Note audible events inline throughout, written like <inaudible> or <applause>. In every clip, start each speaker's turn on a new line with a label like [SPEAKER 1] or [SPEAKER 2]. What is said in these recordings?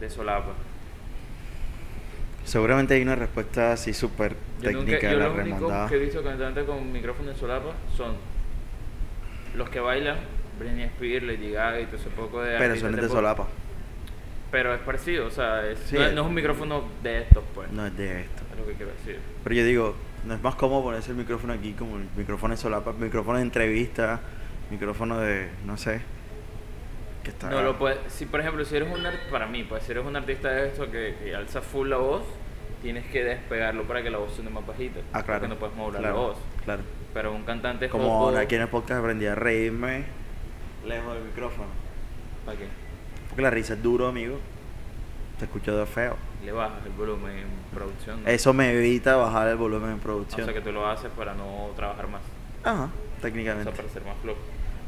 [SPEAKER 1] de solapa.
[SPEAKER 2] Seguramente hay una respuesta así súper
[SPEAKER 1] Yo, nunca,
[SPEAKER 2] técnica
[SPEAKER 1] yo
[SPEAKER 2] de la
[SPEAKER 1] los únicos
[SPEAKER 2] remandada.
[SPEAKER 1] que he visto cantantes con micrófono en solapa son los que bailan Britney Spears, Lady Gaga y todo ese poco de
[SPEAKER 2] Pero
[SPEAKER 1] artistas
[SPEAKER 2] son
[SPEAKER 1] de
[SPEAKER 2] de
[SPEAKER 1] pop.
[SPEAKER 2] solapa,
[SPEAKER 1] Pero es parecido, o sea, es-
[SPEAKER 2] Sí.
[SPEAKER 1] no, es- no es un micrófono de estos, pues.
[SPEAKER 2] no es de esto.
[SPEAKER 1] Es lo que quiero decir.
[SPEAKER 2] Pero yo digo, no es más cómodo ponerse el micrófono aquí, como el micrófono de solapa, micrófono de entrevista, micrófono de, no sé, que está...
[SPEAKER 1] No lo puede- si por ejemplo, si eres un art- para mí, pues si eres un artista de esto que, que alza full la voz, tienes que despegarlo para que la voz suene más bajita.
[SPEAKER 2] Ah, claro.
[SPEAKER 1] Porque no puedes modular
[SPEAKER 2] claro,
[SPEAKER 1] la voz.
[SPEAKER 2] Claro.
[SPEAKER 1] Pero un cantante
[SPEAKER 2] Como
[SPEAKER 1] jopo-
[SPEAKER 2] ahora aquí en el podcast aprendí a reírme lejos del micrófono.
[SPEAKER 1] ¿Para qué?
[SPEAKER 2] Porque la risa es duro, amigo. Te escucho de feo.
[SPEAKER 1] Le bajas el volumen en producción. ¿no?
[SPEAKER 2] Eso me evita bajar el volumen en
[SPEAKER 1] Ah,
[SPEAKER 2] producción.
[SPEAKER 1] Mm. O sea que tú lo haces para no trabajar más.
[SPEAKER 2] Ajá,
[SPEAKER 1] O
[SPEAKER 2] técnicamente.
[SPEAKER 1] sea, para ser más flojo.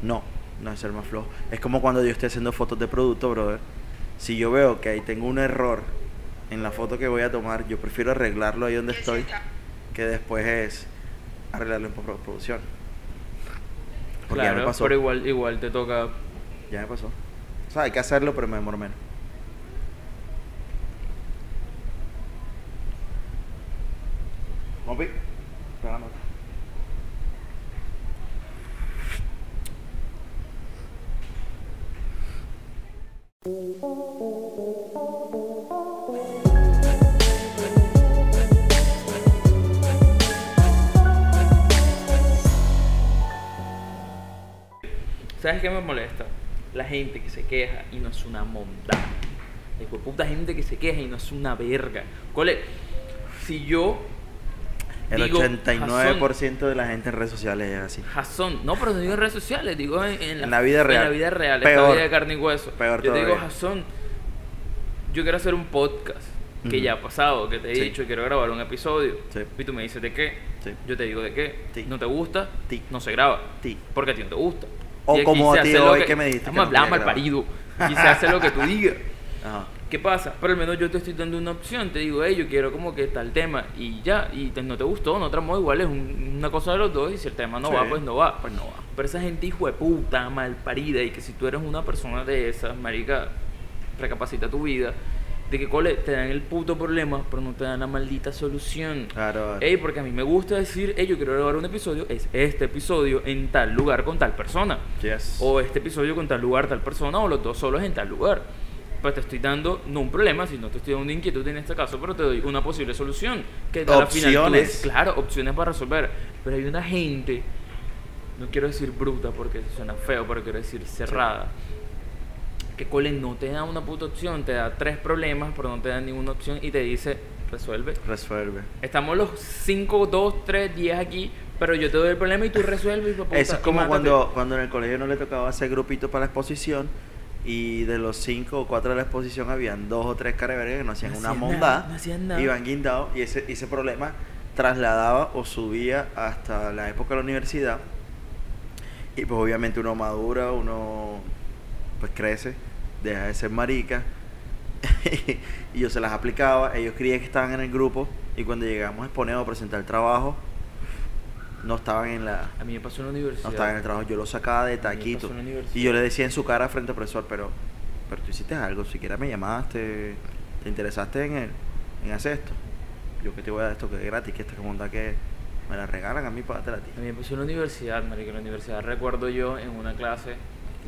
[SPEAKER 2] No, no es ser más flojo. Es como cuando yo estoy haciendo fotos de producto, brother. Si yo veo que ahí tengo un error en la foto que voy a tomar, yo prefiero arreglarlo ahí donde estoy, que después es arreglarlo en postproducción. Porque ya me
[SPEAKER 1] Claro,
[SPEAKER 2] pasó.
[SPEAKER 1] pero igual, igual te toca.
[SPEAKER 2] Ya me pasó. O sea, hay que hacerlo, pero me demoro menos. Mopi, pegamos.
[SPEAKER 1] ¿Sabes qué me molesta? La gente que se queja y no es una montaña. La puta gente que se queja y no es una verga. Cole, si yo.
[SPEAKER 2] El
[SPEAKER 1] digo,
[SPEAKER 2] 89% de la gente en redes sociales es así.
[SPEAKER 1] Jason, no, pero no digo en redes sociales, digo en,
[SPEAKER 2] En la vida real.
[SPEAKER 1] En la vida real, en
[SPEAKER 2] Peor.
[SPEAKER 1] la vida de carne y hueso.
[SPEAKER 2] Peor
[SPEAKER 1] yo te digo,
[SPEAKER 2] todavía.
[SPEAKER 1] Jason, yo quiero hacer un podcast que
[SPEAKER 2] Ujú.
[SPEAKER 1] ya ha pasado, que te he
[SPEAKER 2] Sí.
[SPEAKER 1] dicho, quiero grabar un episodio.
[SPEAKER 2] Sí.
[SPEAKER 1] Y tú me dices de qué.
[SPEAKER 2] Sí.
[SPEAKER 1] Yo te digo de qué.
[SPEAKER 2] Sí.
[SPEAKER 1] No te gusta,
[SPEAKER 2] Sí.
[SPEAKER 1] no se graba.
[SPEAKER 2] Sí.
[SPEAKER 1] Porque a ti no te gusta.
[SPEAKER 2] O
[SPEAKER 1] Y aquí
[SPEAKER 2] como
[SPEAKER 1] se
[SPEAKER 2] a ti
[SPEAKER 1] hace lo
[SPEAKER 2] hoy que me dijiste que
[SPEAKER 1] Vamos
[SPEAKER 2] no
[SPEAKER 1] a hablar
[SPEAKER 2] quería
[SPEAKER 1] mal parido.
[SPEAKER 2] <laughs>
[SPEAKER 1] Y se hace lo que tú digas.
[SPEAKER 2] Ajá.
[SPEAKER 1] ¿Qué pasa? Pero al menos yo te estoy dando una opción, te digo, hey, yo quiero como que tal tema y ya, y te- no te gustó, no tramo igual, es un- una cosa de los dos y si el tema no
[SPEAKER 2] Sí.
[SPEAKER 1] va, pues no va.
[SPEAKER 2] Pues no va.
[SPEAKER 1] Pero esa gente hijo de puta, mal parida, y que si tú eres una persona de esas, marica, recapacita tu vida, de que cole, te dan el puto problema, pero no te dan la maldita solución.
[SPEAKER 2] Claro, claro.
[SPEAKER 1] Ey, porque a mí me gusta decir, hey, yo quiero grabar un episodio, es este episodio en tal lugar con tal persona.
[SPEAKER 2] Yes.
[SPEAKER 1] O este episodio con tal lugar, tal persona, o los dos solos en tal lugar. Pues te estoy dando, no un problema, sino te estoy dando una inquietud en este caso, pero te doy una posible solución. Que a la final tú
[SPEAKER 2] Opciones.
[SPEAKER 1] ves, claro, opciones para resolver. Pero hay una gente, no quiero decir bruta porque suena feo, pero quiero decir cerrada. Que cole no te da una puta opción, te da tres problemas, pero no te da ninguna opción y te dice, resuelve.
[SPEAKER 2] Resuelve.
[SPEAKER 1] Estamos los 5, 2, 3, 10 aquí, pero yo te doy el problema y tú resuelves. hijo de puta,
[SPEAKER 2] Eso es
[SPEAKER 1] y
[SPEAKER 2] como
[SPEAKER 1] mátate.
[SPEAKER 2] cuando, cuando en el colegio no le tocaba hacer grupito para la exposición y de los cinco o cuatro de la exposición habían dos o tres careveres que no hacían
[SPEAKER 1] No
[SPEAKER 2] una
[SPEAKER 1] hacían
[SPEAKER 2] mondá,
[SPEAKER 1] nada, no hacían nada.
[SPEAKER 2] iban guindados y ese, y ese problema trasladaba o subía hasta la época de la universidad y pues obviamente uno madura, uno pues crece, deja de ser marica <laughs> y yo se las aplicaba, ellos creían que estaban en el grupo y cuando llegamos a exponer o presentar el trabajo no estaban en la
[SPEAKER 1] A mí me pasó en la universidad.
[SPEAKER 2] no estaba en el trabajo, yo lo sacaba de
[SPEAKER 1] A mí me
[SPEAKER 2] taquito.
[SPEAKER 1] pasó en la universidad.
[SPEAKER 2] Y yo le decía en su cara frente al profesor, pero, pero tú hiciste algo, siquiera me llamaste, te interesaste en, el- en hacer esto. Yo que te voy a dar esto que es gratis, que esta comunda que me la regalan a mí para a ti.
[SPEAKER 1] A mí me pasó en la universidad, marico, en la universidad recuerdo yo en una clase,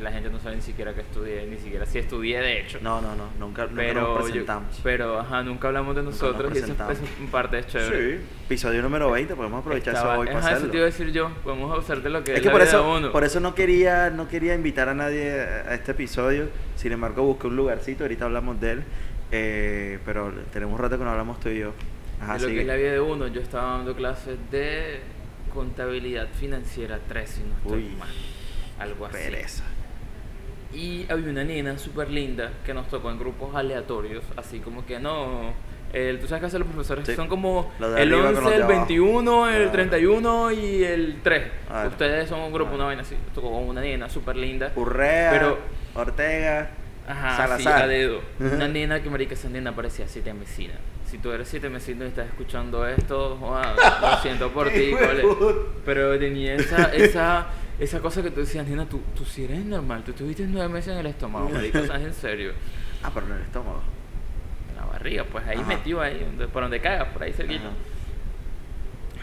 [SPEAKER 1] la gente no sabe ni siquiera que estudié, ni siquiera si estudié de hecho.
[SPEAKER 2] No, no, no, nunca, nunca
[SPEAKER 1] pero
[SPEAKER 2] nos
[SPEAKER 1] yo-
[SPEAKER 2] presentamos.
[SPEAKER 1] pero ajá, nunca hablamos de
[SPEAKER 2] nos
[SPEAKER 1] nosotros y eso,
[SPEAKER 2] presentamos.
[SPEAKER 1] eso en parte es chévere.
[SPEAKER 2] sí, episodio número 20, podemos aprovechar
[SPEAKER 1] Estaba-
[SPEAKER 2] eso hoy para
[SPEAKER 1] ajá, eso
[SPEAKER 2] hacerlo.
[SPEAKER 1] te iba a decir yo, podemos abusar de lo que es,
[SPEAKER 2] Es que
[SPEAKER 1] la
[SPEAKER 2] por
[SPEAKER 1] vida de
[SPEAKER 2] eso,
[SPEAKER 1] uno.
[SPEAKER 2] por eso no quería, no quería invitar a nadie a este episodio. Sin embargo, busqué un lugarcito, ahorita hablamos de él. Eh, pero tenemos un rato que no hablamos tú y yo. Ajá,
[SPEAKER 1] de lo que
[SPEAKER 2] sigue.
[SPEAKER 1] es la vida de uno, yo estaba dando clases de contabilidad financiera 3, si no estoy
[SPEAKER 2] Uy,
[SPEAKER 1] mal, algo así.
[SPEAKER 2] Pereza.
[SPEAKER 1] Y había una nena súper linda que nos tocó en grupos aleatorios, así como que no. el- Tú sabes que hacen los profesores,
[SPEAKER 2] Sí.
[SPEAKER 1] son como
[SPEAKER 2] Los de
[SPEAKER 1] el
[SPEAKER 2] arriba con los
[SPEAKER 1] 11,
[SPEAKER 2] de
[SPEAKER 1] el
[SPEAKER 2] abajo.
[SPEAKER 1] 21, el
[SPEAKER 2] Ah.
[SPEAKER 1] 31 y el 3.
[SPEAKER 2] Ah.
[SPEAKER 1] Ustedes son un grupo,
[SPEAKER 2] Ah.
[SPEAKER 1] una vaina así. Nos tocó con una nena súper linda.
[SPEAKER 2] Urrea,
[SPEAKER 1] Pero-
[SPEAKER 2] Ortega,
[SPEAKER 1] Ajá, así,
[SPEAKER 2] Salazar.
[SPEAKER 1] a
[SPEAKER 2] <laughs>
[SPEAKER 1] dedo.
[SPEAKER 2] Ujú.
[SPEAKER 1] Una nena que marica, esa nena parecía siete mesina. Si tú eres siete mesina y estás escuchando esto, joda,
[SPEAKER 2] <laughs>
[SPEAKER 1] lo siento por ti,
[SPEAKER 2] Qué
[SPEAKER 1] cole.
[SPEAKER 2] huevón.
[SPEAKER 1] Pero tenía esa, esa, esa cosa que tú decías, nena, tú, tú sí eres normal, tú tuviste nueve meses en el estómago, marica, o sea, es en serio.
[SPEAKER 2] Ah, pero en el estómago.
[SPEAKER 1] arriba, pues ahí
[SPEAKER 2] Ajá.
[SPEAKER 1] metido ahí, donde- por donde cagas, por ahí cerquita.
[SPEAKER 2] Ajá.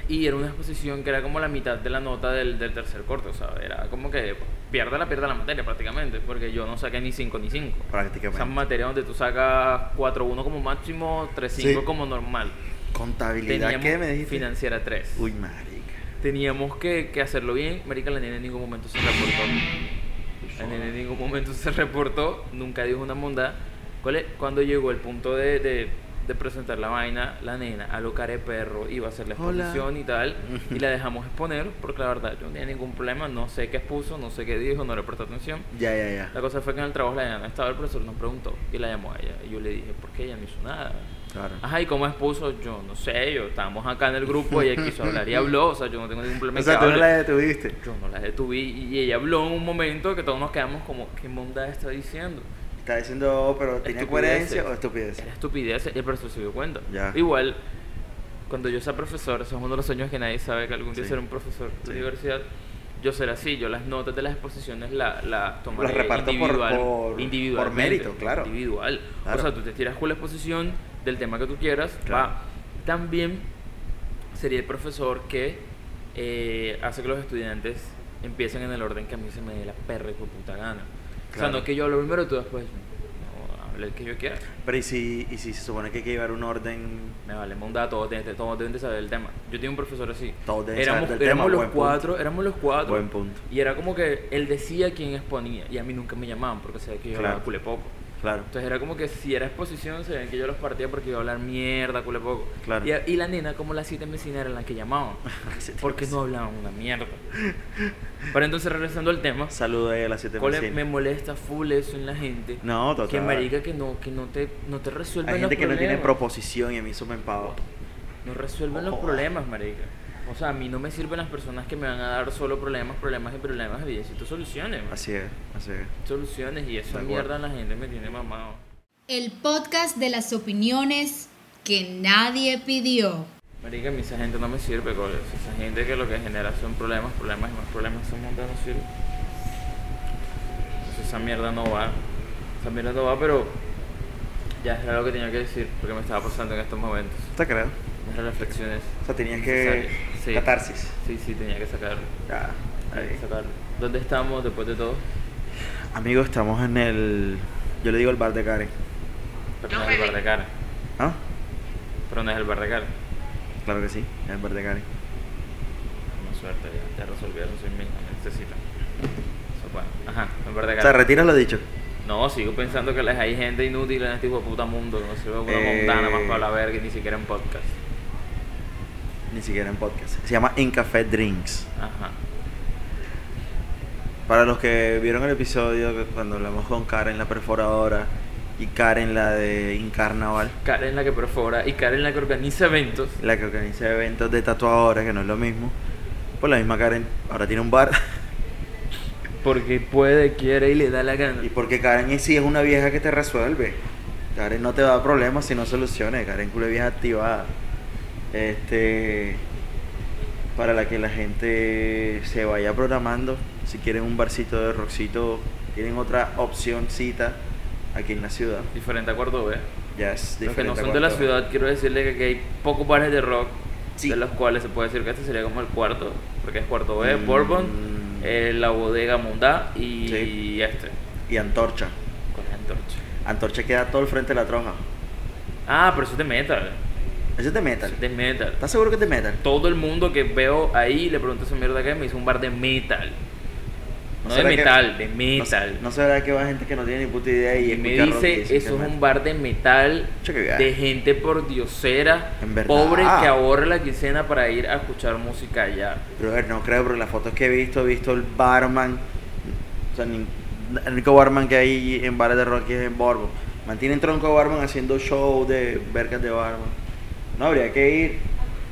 [SPEAKER 1] Y era una exposición que era como la mitad de la nota del, del tercer corte, o sea, era como que pierda la pierda la materia prácticamente, porque yo no saqué ni 5 ni 5.
[SPEAKER 2] Prácticamente.
[SPEAKER 1] Esas materias donde tú sacas 4-1 como máximo, 3-5
[SPEAKER 2] Sí.
[SPEAKER 1] como normal.
[SPEAKER 2] Contabilidad, ¿qué me dijiste?
[SPEAKER 1] financiera 3.
[SPEAKER 2] Uy, marica.
[SPEAKER 1] Teníamos que, que hacerlo bien. Marica, la nena en ningún momento se reportó. La nena en ningún momento se reportó, nunca dijo una mondá. ¿Cuál es? Cuando llegó el punto de, de- de presentar la vaina, la nena a lo care perro iba a hacer la
[SPEAKER 2] Hola.
[SPEAKER 1] exposición y tal. Y
[SPEAKER 2] <laughs>
[SPEAKER 1] la dejamos exponer porque la verdad yo no tenía ningún problema, no sé qué expuso, no sé qué dijo, no le presté atención.
[SPEAKER 2] Ya, ya, ya.
[SPEAKER 1] La cosa fue que en el trabajo la nena no estaba, el profesor nos preguntó y la llamó a ella. Y yo le dije, ¿por qué ella no hizo nada?
[SPEAKER 2] Claro.
[SPEAKER 1] Ajá, ¿y cómo expuso? Yo no sé, yo estábamos acá en el grupo,
[SPEAKER 2] <laughs>
[SPEAKER 1] ella quiso hablar y habló, o sea, yo no tengo ningún problema.
[SPEAKER 2] o
[SPEAKER 1] en
[SPEAKER 2] sea,
[SPEAKER 1] que
[SPEAKER 2] tú no
[SPEAKER 1] hable.
[SPEAKER 2] la detuviste.
[SPEAKER 1] Yo no la detuve y y ella habló en un momento que todos nos quedamos como, ¿qué mondada está diciendo?
[SPEAKER 2] Está diciendo, oh, pero ¿tenía
[SPEAKER 1] Estupideces.
[SPEAKER 2] coherencia o estupidez?
[SPEAKER 1] Era estupidez y el profesor se dio cuenta.
[SPEAKER 2] Ya.
[SPEAKER 1] Igual, cuando yo sea profesor, eso es uno de los sueños que nadie sabe que algún día
[SPEAKER 2] Sí.
[SPEAKER 1] seré un profesor de
[SPEAKER 2] Sí.
[SPEAKER 1] universidad. Yo seré así, yo las notas de las exposiciones la- las tomaré
[SPEAKER 2] reparto por-
[SPEAKER 1] individual,
[SPEAKER 2] por-
[SPEAKER 1] individualmente,
[SPEAKER 2] por mérito, claro.
[SPEAKER 1] Individual.
[SPEAKER 2] Claro.
[SPEAKER 1] O sea, tú te tiras con la exposición del tema que tú quieras,
[SPEAKER 2] Claro.
[SPEAKER 1] va. También sería el profesor que eh, hace que los estudiantes empiecen en el orden que a mí se me dé la perra y puta gana. O
[SPEAKER 2] Claro.
[SPEAKER 1] sea, no que yo hablo primero y tú después. No, hable el que yo quiera.
[SPEAKER 2] Pero ¿y si, y si se supone que hay que llevar un orden
[SPEAKER 1] Me vale monda, todos deben, todos deben de saber el tema. Yo tenía un profesor así.
[SPEAKER 2] Todos deben
[SPEAKER 1] éramos,
[SPEAKER 2] saber del
[SPEAKER 1] éramos
[SPEAKER 2] tema,
[SPEAKER 1] los
[SPEAKER 2] buen punto.
[SPEAKER 1] cuatro, éramos los cuatro.
[SPEAKER 2] Buen punto.
[SPEAKER 1] Y era como que él decía quién exponía. Y a mí nunca me llamaban porque sabía que yo
[SPEAKER 2] Claro.
[SPEAKER 1] hablaba cule poco.
[SPEAKER 2] Claro.
[SPEAKER 1] Entonces era como que si era exposición, se ven que yo los partía porque iba a hablar mierda, cule poco.
[SPEAKER 2] Claro.
[SPEAKER 1] Y, y la nena, como las siete vecinas eran las que
[SPEAKER 2] <laughs>
[SPEAKER 1] llamaban. porque no hablaban una mierda. Pero entonces, regresando al tema,
[SPEAKER 2] Saludo ahí a las 7
[SPEAKER 1] cole, me molesta full eso en la gente.
[SPEAKER 2] No, total.
[SPEAKER 1] Que marica que no, que no te, no te resuelven
[SPEAKER 2] Hay
[SPEAKER 1] los
[SPEAKER 2] gente que no tiene
[SPEAKER 1] problemas.
[SPEAKER 2] proposición y a mí eso me empava.
[SPEAKER 1] No resuelven los
[SPEAKER 2] Ojo.
[SPEAKER 1] problemas, marica. O sea, a mí no me sirven las personas que me van a dar solo problemas, problemas y problemas. Yo necesito soluciones, man.
[SPEAKER 2] Así es, así es.
[SPEAKER 1] soluciones. Y esa
[SPEAKER 2] De
[SPEAKER 1] mierda
[SPEAKER 2] acuerdo.
[SPEAKER 1] la gente me tiene mamado.
[SPEAKER 3] El podcast de las opiniones que nadie pidió.
[SPEAKER 1] Marica, a mí esa gente no me sirve, coño. Esa gente que lo que genera son problemas, problemas y más problemas. Esa mierda no sirve. Entonces, esa mierda no va. Esa mierda no va, pero ya era lo que tenía que decir, porque me estaba pasando en estos momentos.
[SPEAKER 2] Te creo.
[SPEAKER 1] Mis reflexiones.
[SPEAKER 2] O sea, tenías que.
[SPEAKER 1] necesarias. Sí.
[SPEAKER 2] Catarsis.
[SPEAKER 1] Sí, sí, tenía que sacarlo.
[SPEAKER 2] Ya.
[SPEAKER 1] Hay que
[SPEAKER 2] ahí.
[SPEAKER 1] sacarlo. ¿Dónde estamos después de todo?
[SPEAKER 2] Amigo, estamos en el. Yo le digo el bar de Karen.
[SPEAKER 1] Pero no, es el bar de cara.
[SPEAKER 2] ¿Ah?
[SPEAKER 1] Pero no es el bar de cara.
[SPEAKER 2] Claro que sí, el bar de Karen.
[SPEAKER 1] No suerte, ya, ya resolvieron sin mí, no necesitan. Eso bueno. Ajá, el bar de
[SPEAKER 2] O sea,
[SPEAKER 1] cara.
[SPEAKER 2] retiras lo dicho.
[SPEAKER 1] no, sigo pensando que les hay gente inútil en este tipo de puta mundo, que no sirve una
[SPEAKER 2] Eh.
[SPEAKER 1] montana más para la verga y ni siquiera en podcast.
[SPEAKER 2] Ni siquiera en podcast. Se llama En Café Drinks.
[SPEAKER 1] Ajá.
[SPEAKER 2] Para los que vieron el episodio que- cuando hablamos con Karen la perforadora y Karen la de Incarnaval,
[SPEAKER 1] Karen la que perfora y Karen la que organiza eventos.
[SPEAKER 2] la que organiza eventos de tatuadores, que no es lo mismo, pues la misma Karen ahora tiene un bar. <laughs>
[SPEAKER 1] Porque puede, quiere y le da la gana.
[SPEAKER 2] Y porque Karen en sí es una vieja que te resuelve. Karen no te da problemas sino soluciones. Karen culo de vieja activada. Este. Para la que la gente se vaya programando. Si quieren un barcito de rockcito, tienen otra opción cita aquí en la ciudad.
[SPEAKER 1] Diferente a Córdoba. ¿eh?
[SPEAKER 2] Ya es
[SPEAKER 1] Los que no
[SPEAKER 2] diferente a
[SPEAKER 1] son de la
[SPEAKER 2] Córdoba.
[SPEAKER 1] ciudad, quiero decirle que aquí hay pocos bares de rock,
[SPEAKER 2] Sí.
[SPEAKER 1] de los cuales se puede decir que este sería como el cuarto, porque es cuarto B,
[SPEAKER 2] Mm.
[SPEAKER 1] Bourbon, eh, la bodega Mundá y
[SPEAKER 2] Sí.
[SPEAKER 1] este,
[SPEAKER 2] Y Antorcha.
[SPEAKER 1] con la antorcha.
[SPEAKER 2] Antorcha queda todo el frente de la troja.
[SPEAKER 1] Ah, pero eso es de metal.
[SPEAKER 2] Ese es de
[SPEAKER 1] Eso
[SPEAKER 2] metal.
[SPEAKER 1] es de metal.
[SPEAKER 2] ¿Estás seguro que es de metal?
[SPEAKER 1] Todo el mundo que veo ahí le pregunto esa mierda que me hizo un bar de metal. No, de
[SPEAKER 2] será que-
[SPEAKER 1] metal, de
[SPEAKER 2] no-
[SPEAKER 1] metal.
[SPEAKER 2] No, será que va gente que no tiene ni puta idea y,
[SPEAKER 1] y me
[SPEAKER 2] escucha rock y
[SPEAKER 1] dice,
[SPEAKER 2] que
[SPEAKER 1] eso es
[SPEAKER 2] metal"?
[SPEAKER 1] un bar de metal
[SPEAKER 2] Che, qué bien.
[SPEAKER 1] de gente por diosera,
[SPEAKER 2] En verdad. Ah.
[SPEAKER 1] pobre que ahorra la quincena para ir a escuchar música allá.
[SPEAKER 2] Brother, no creo, porque las fotos que he visto, he visto el barman. O sea, ni- el único barman que hay en bares de rock es en Borbo. Mantienen tronco de barman haciendo show de vergas de barman. No habría que ir.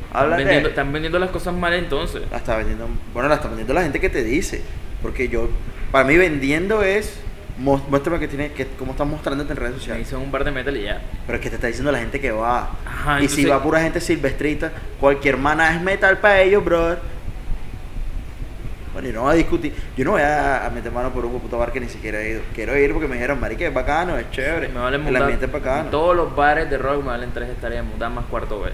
[SPEAKER 1] Están
[SPEAKER 2] Habla
[SPEAKER 1] vendiendo,
[SPEAKER 2] de.
[SPEAKER 1] están vendiendo las cosas mal entonces.
[SPEAKER 2] La está vendiendo. Bueno, la está vendiendo la gente que te dice. Porque yo, para mí, vendiendo es. mos- Muéstrame que tiene, que, cómo estás mostrándote en redes
[SPEAKER 1] Me
[SPEAKER 2] sociales.
[SPEAKER 1] dicen un bar de metal y ya.
[SPEAKER 2] Pero es que te está diciendo la gente que va.
[SPEAKER 1] Ajá,
[SPEAKER 2] y si
[SPEAKER 1] entonces-
[SPEAKER 2] va pura gente silvestrita, cualquier maná es metal para ellos, brother. Bueno, yo no voy a discutir, yo no voy a, a meter mano por un puto bar que ni siquiera he ido. Quiero ir porque me dijeron, marica, es bacano, es chévere.
[SPEAKER 1] Me valen
[SPEAKER 2] el
[SPEAKER 1] mudar-
[SPEAKER 2] ambiente es bacano.
[SPEAKER 1] en Todos los bares de rock me valen tres hectáreas de mundá más cuarto B.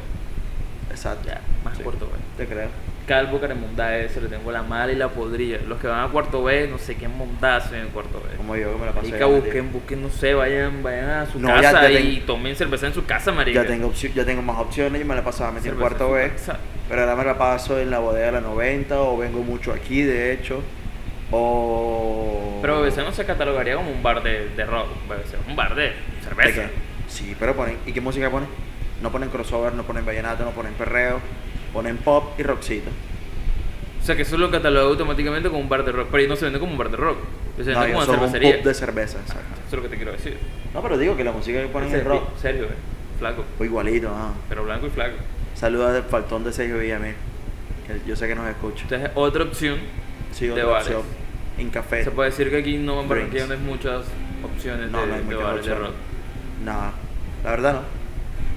[SPEAKER 2] Exacto.
[SPEAKER 1] Ya, más corto, güey.
[SPEAKER 2] Te creo.
[SPEAKER 1] Calvo Caremundá ese, le tengo la mala y la podrida. Los que van a cuarto B, no sé qué mondá hacen en cuarto B.
[SPEAKER 2] Como yo que me la pasé.
[SPEAKER 1] Marica,
[SPEAKER 2] bien,
[SPEAKER 1] busquen, busquen, no sé, vayan, vayan a su
[SPEAKER 2] No, ya-
[SPEAKER 1] casa
[SPEAKER 2] ya
[SPEAKER 1] y
[SPEAKER 2] tengo-
[SPEAKER 1] tomen cerveza en su casa,
[SPEAKER 2] tío.
[SPEAKER 1] marica.
[SPEAKER 2] Ya tengo, opci- ya tengo más opciones, yo me la pasaba metí el
[SPEAKER 1] Cerveza
[SPEAKER 2] cuarto
[SPEAKER 1] en
[SPEAKER 2] B.
[SPEAKER 1] su casa.
[SPEAKER 2] Pero ahora me la paso en la bodega de la 90 o vengo mucho aquí, de hecho. O...
[SPEAKER 1] Pero BBC no se catalogaría como un bar de, de rock, BBC es un bar de
[SPEAKER 2] ¿De
[SPEAKER 1] cerveza.
[SPEAKER 2] qué? Sí, pero ponen... ¿Y qué música ponen? No ponen crossover, no ponen vallenato, no ponen perreo. Ponen pop y rockcito.
[SPEAKER 1] O sea, que eso lo cataloga automáticamente como un bar de rock, pero ahí no se vende como un bar de rock, se vende
[SPEAKER 2] no,
[SPEAKER 1] como
[SPEAKER 2] yo
[SPEAKER 1] una
[SPEAKER 2] soy un
[SPEAKER 1] cervecería.
[SPEAKER 2] pop de cerveza, exacto.
[SPEAKER 1] Eso es lo que te quiero decir.
[SPEAKER 2] No, pero digo que la música que ponen
[SPEAKER 1] Ese
[SPEAKER 2] es rock.
[SPEAKER 1] es Sergio, eh, flaco,
[SPEAKER 2] O igualito, ah.
[SPEAKER 1] pero blanco y flaco.
[SPEAKER 2] Saluda al faltón de Sergio Villamil. que yo sé que nos escucha.
[SPEAKER 1] Entonces, otra opción
[SPEAKER 2] Sí,
[SPEAKER 1] de
[SPEAKER 2] otra
[SPEAKER 1] bares.
[SPEAKER 2] opción. En café.
[SPEAKER 1] Se puede decir que aquí no en
[SPEAKER 2] Drinks.
[SPEAKER 1] Barranquilla no hay muchas opciones
[SPEAKER 2] No,
[SPEAKER 1] de,
[SPEAKER 2] no hay
[SPEAKER 1] de
[SPEAKER 2] muchas
[SPEAKER 1] bares de
[SPEAKER 2] opciones.
[SPEAKER 1] rock.
[SPEAKER 2] No, la verdad no.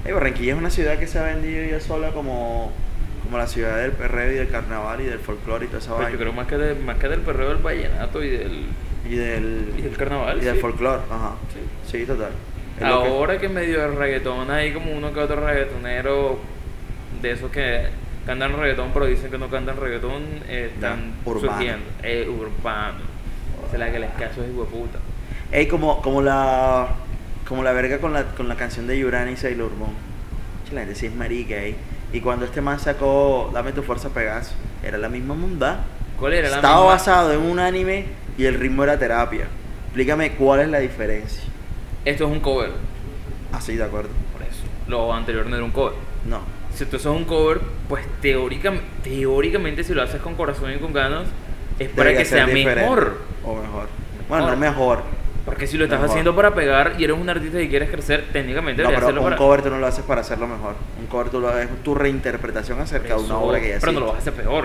[SPEAKER 2] Ey, Barranquilla es una ciudad que se ha vendido ya sola como, como la ciudad del perreo y del carnaval y del folclore y toda esa
[SPEAKER 1] Pues
[SPEAKER 2] vaina.
[SPEAKER 1] yo creo más que, de- más que del perreo del vallenato y del,
[SPEAKER 2] Y del,
[SPEAKER 1] y del carnaval.
[SPEAKER 2] y del
[SPEAKER 1] sí.
[SPEAKER 2] folclore, ajá.
[SPEAKER 1] Sí.
[SPEAKER 2] Sí, total. Es lo que-
[SPEAKER 1] Ahora que medio el reggaetón hay como uno que otro reggaetonero de esos que cantan reggaetón pero dicen que no cantan reggaetón eh,
[SPEAKER 2] Ya,
[SPEAKER 1] están
[SPEAKER 2] urbano.
[SPEAKER 1] surgiendo. Eh, urbano. Esa es la que les caso es hueputa.
[SPEAKER 2] Ey, como, como la como la verga con la, con la canción de Yurani y Sailor Moon. Che, La gente sí es marica, ey. Y cuando este man sacó Dame tu fuerza Pegaso, era la misma mundá.
[SPEAKER 1] ¿Cuál era la
[SPEAKER 2] Estaba
[SPEAKER 1] misma?
[SPEAKER 2] basado en un anime y el ritmo era terapia. Explícame cuál es la diferencia.
[SPEAKER 1] Esto es un cover,
[SPEAKER 2] Así, de acuerdo.
[SPEAKER 1] por eso. Lo anterior no era un cover.
[SPEAKER 2] No.
[SPEAKER 1] si tú haces un cover, pues teóricam- teóricamente si lo haces con corazón y con ganas, es para
[SPEAKER 2] debería
[SPEAKER 1] que
[SPEAKER 2] ser
[SPEAKER 1] sea
[SPEAKER 2] diferente.
[SPEAKER 1] mejor.
[SPEAKER 2] O mejor. Bueno,
[SPEAKER 1] Mejor.
[SPEAKER 2] no mejor.
[SPEAKER 1] Porque si lo estás
[SPEAKER 2] Mejor.
[SPEAKER 1] haciendo para pegar y eres un artista y quieres crecer, técnicamente
[SPEAKER 2] No,
[SPEAKER 1] deberías
[SPEAKER 2] pero un
[SPEAKER 1] hacerlo para...
[SPEAKER 2] cover tú no lo haces para hacerlo mejor. Un cover tú lo haces es tu reinterpretación acerca de una
[SPEAKER 1] Eso,
[SPEAKER 2] obra que ya
[SPEAKER 1] Pero no
[SPEAKER 2] existe.
[SPEAKER 1] lo vas a hacer peor.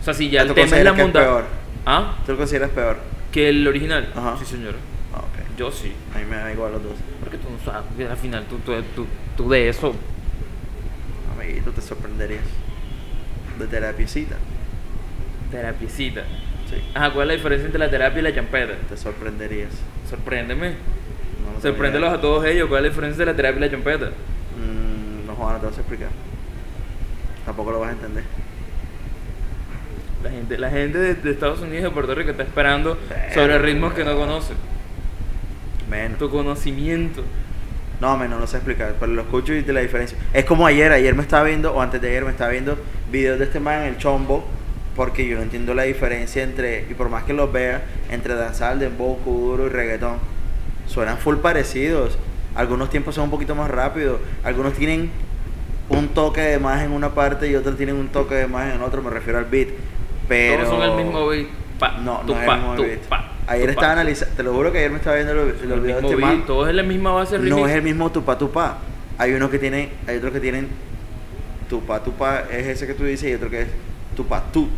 [SPEAKER 1] O sea, si ya
[SPEAKER 2] Ah,
[SPEAKER 1] el
[SPEAKER 2] ¿tú
[SPEAKER 1] tema es la
[SPEAKER 2] consideras que es
[SPEAKER 1] monta...
[SPEAKER 2] peor?
[SPEAKER 1] ¿Ah?
[SPEAKER 2] ¿Tú lo consideras peor?
[SPEAKER 1] ¿Que el original?
[SPEAKER 2] Ajá.
[SPEAKER 1] Sí, señora.
[SPEAKER 2] Ah, ok.
[SPEAKER 1] Yo sí.
[SPEAKER 2] A mí me da igual los dos.
[SPEAKER 1] Porque tú no sabes, al final tú, tú, tú, tú de eso...
[SPEAKER 2] Amiguito, te sorprenderías. De terapiecita.
[SPEAKER 1] Terapiecita.
[SPEAKER 2] Sí.
[SPEAKER 1] Ajá, ¿cuál es la diferencia entre la terapia y la champeta?
[SPEAKER 2] Te sorprenderías.
[SPEAKER 1] Sorpréndeme.
[SPEAKER 2] No lo
[SPEAKER 1] Sorpréndelos a
[SPEAKER 2] tenía.
[SPEAKER 1] todos ellos. ¿Cuál es la diferencia entre la terapia y la champeta?
[SPEAKER 2] Mm, no, Juan, no te vas a explicar. Tampoco lo vas a entender.
[SPEAKER 1] La gente, la gente de, de Estados Unidos y de Puerto Rico está esperando sobre ritmos que no conoce.
[SPEAKER 2] Menos.
[SPEAKER 1] Tu conocimiento.
[SPEAKER 2] No, men, no lo sé explicar, pero lo escucho y te la diferencia. Es como ayer, ayer me estaba viendo, o antes de ayer me estaba viendo videos de este man, el chombo, porque yo no entiendo la diferencia entre, y por más que los vea, entre danzar, dembow, kuduro y reggaetón. Suenan full parecidos. Algunos tiempos son un poquito más rápidos. Algunos tienen un toque de más en una parte y otros tienen un toque de más en otro, me refiero al beat. Pero...
[SPEAKER 1] Todos son el mismo beat. Pa,
[SPEAKER 2] No,
[SPEAKER 1] tu,
[SPEAKER 2] no es
[SPEAKER 1] pa,
[SPEAKER 2] el mismo
[SPEAKER 1] tu,
[SPEAKER 2] beat.
[SPEAKER 1] pa,
[SPEAKER 2] Ayer
[SPEAKER 1] tu,
[SPEAKER 2] estaba
[SPEAKER 1] pa.
[SPEAKER 2] analizando, te lo juro que ayer me estaba viendo los,
[SPEAKER 1] El
[SPEAKER 2] los videos
[SPEAKER 1] mismo
[SPEAKER 2] de este
[SPEAKER 1] beat,
[SPEAKER 2] man.
[SPEAKER 1] Todo es la misma base rítmica.
[SPEAKER 2] No es el mismo tupá tupá. Hay unos que tienen, hay otros que tienen tupá tupá es ese que tú dices y otro que es tupá tú.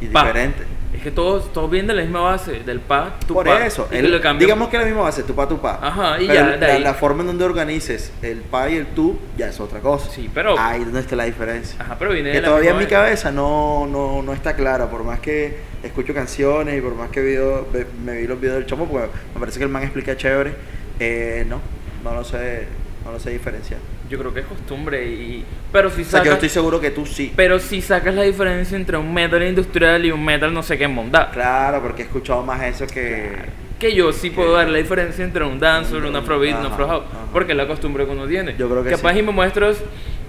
[SPEAKER 2] Y
[SPEAKER 1] Pa.
[SPEAKER 2] diferente.
[SPEAKER 1] Es que todos, todos vienen de la misma base, del pa, tu
[SPEAKER 2] Por
[SPEAKER 1] pa.
[SPEAKER 2] eso,
[SPEAKER 1] Y
[SPEAKER 2] el-
[SPEAKER 1] lo cambian.
[SPEAKER 2] digamos que es la misma base, tupá tupá.
[SPEAKER 1] Ajá, y
[SPEAKER 2] Pero
[SPEAKER 1] ya, de
[SPEAKER 2] la,
[SPEAKER 1] ahí.
[SPEAKER 2] la forma en donde organices el pa y el tú ya es otra cosa.
[SPEAKER 1] Sí, pero-
[SPEAKER 2] ahí es donde está la diferencia.
[SPEAKER 1] Ajá, pero viene de
[SPEAKER 2] Que
[SPEAKER 1] la
[SPEAKER 2] todavía en
[SPEAKER 1] misma
[SPEAKER 2] mi
[SPEAKER 1] vaina.
[SPEAKER 2] cabeza no, no, no está clara, por más que escucho canciones y por más que video- ve- me vi los videos del chomo, porque me parece que el man explica chévere, eh, no, no lo sé, no lo sé diferenciar.
[SPEAKER 1] Yo creo que es costumbre y... Pero si
[SPEAKER 2] O sea,
[SPEAKER 1] sacas...
[SPEAKER 2] que yo estoy seguro que tú sí.
[SPEAKER 1] Pero si sacas la diferencia entre un metal industrial y un metal no sé qué mondá.
[SPEAKER 2] Claro, porque he escuchado más eso que...
[SPEAKER 1] que yo sí puedo
[SPEAKER 2] Que-
[SPEAKER 1] dar la diferencia entre un dancer,
[SPEAKER 2] Un-
[SPEAKER 1] un afrobeat, un
[SPEAKER 2] ajá,
[SPEAKER 1] afrohouse,
[SPEAKER 2] ajá.
[SPEAKER 1] porque es la costumbre que uno tiene.
[SPEAKER 2] Yo creo que
[SPEAKER 1] Capaz
[SPEAKER 2] sí.
[SPEAKER 1] y me muestras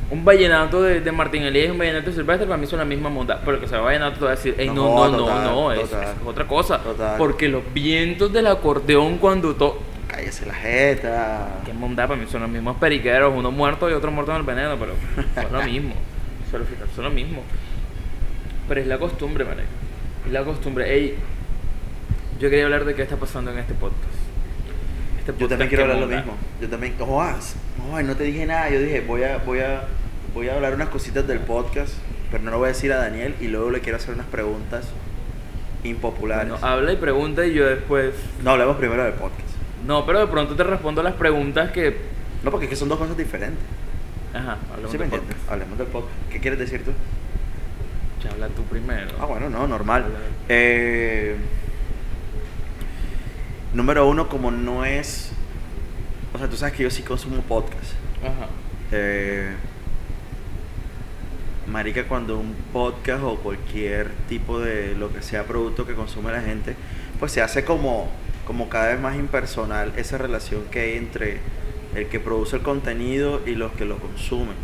[SPEAKER 1] un vallenato de, de Martín Elías y un vallenato de Silvestre, para mí son la misma monda. Pero el que se va a vallenato te va a decir, "Ey, no, no,
[SPEAKER 2] No,
[SPEAKER 1] no,
[SPEAKER 2] total,
[SPEAKER 1] no, es,
[SPEAKER 2] total.
[SPEAKER 1] es otra cosa.
[SPEAKER 2] Total.
[SPEAKER 1] Porque los vientos del acordeón cuando to...
[SPEAKER 2] Cállese la jeta.
[SPEAKER 1] Que monda para mí son los mismos periqueros, uno muerto y otro muerto en el veneno, pero son lo mismo.
[SPEAKER 2] <laughs>
[SPEAKER 1] O sea, al final son lo mismo. Pero es la costumbre, vale. Es la costumbre. Ey, yo quería hablar de qué está pasando en este podcast. Este
[SPEAKER 2] Yo
[SPEAKER 1] podcast
[SPEAKER 2] también quiero
[SPEAKER 1] que
[SPEAKER 2] hablar lo
[SPEAKER 1] monda.
[SPEAKER 2] mismo. Yo también... Oh, ah, s- ay, no te dije nada. Yo dije, voy a, voy, a, voy a hablar unas cositas del podcast, pero no lo voy a decir a Daniel y luego le quiero hacer unas preguntas impopulares.
[SPEAKER 1] Bueno, habla y pregunta y yo después...
[SPEAKER 2] No, hablemos primero del podcast.
[SPEAKER 1] No, pero de pronto te respondo las preguntas que...
[SPEAKER 2] No, porque es que son dos cosas diferentes.
[SPEAKER 1] Ajá, hablamos
[SPEAKER 2] ¿Sí
[SPEAKER 1] de
[SPEAKER 2] me
[SPEAKER 1] podcast.
[SPEAKER 2] entiendes? Hablemos del podcast. ¿Qué quieres decir tú?
[SPEAKER 1] Pucha, habla tú primero.
[SPEAKER 2] Ah, bueno, no, normal. Eh, número uno, como no es. O sea, tú sabes que yo sí consumo podcast.
[SPEAKER 1] Ajá.
[SPEAKER 2] Eh, marica, cuando un podcast o cualquier tipo de lo que sea producto que consume la gente, pues se hace como, como cada vez más impersonal esa relación que hay entre el que produce el contenido y los que lo consumen.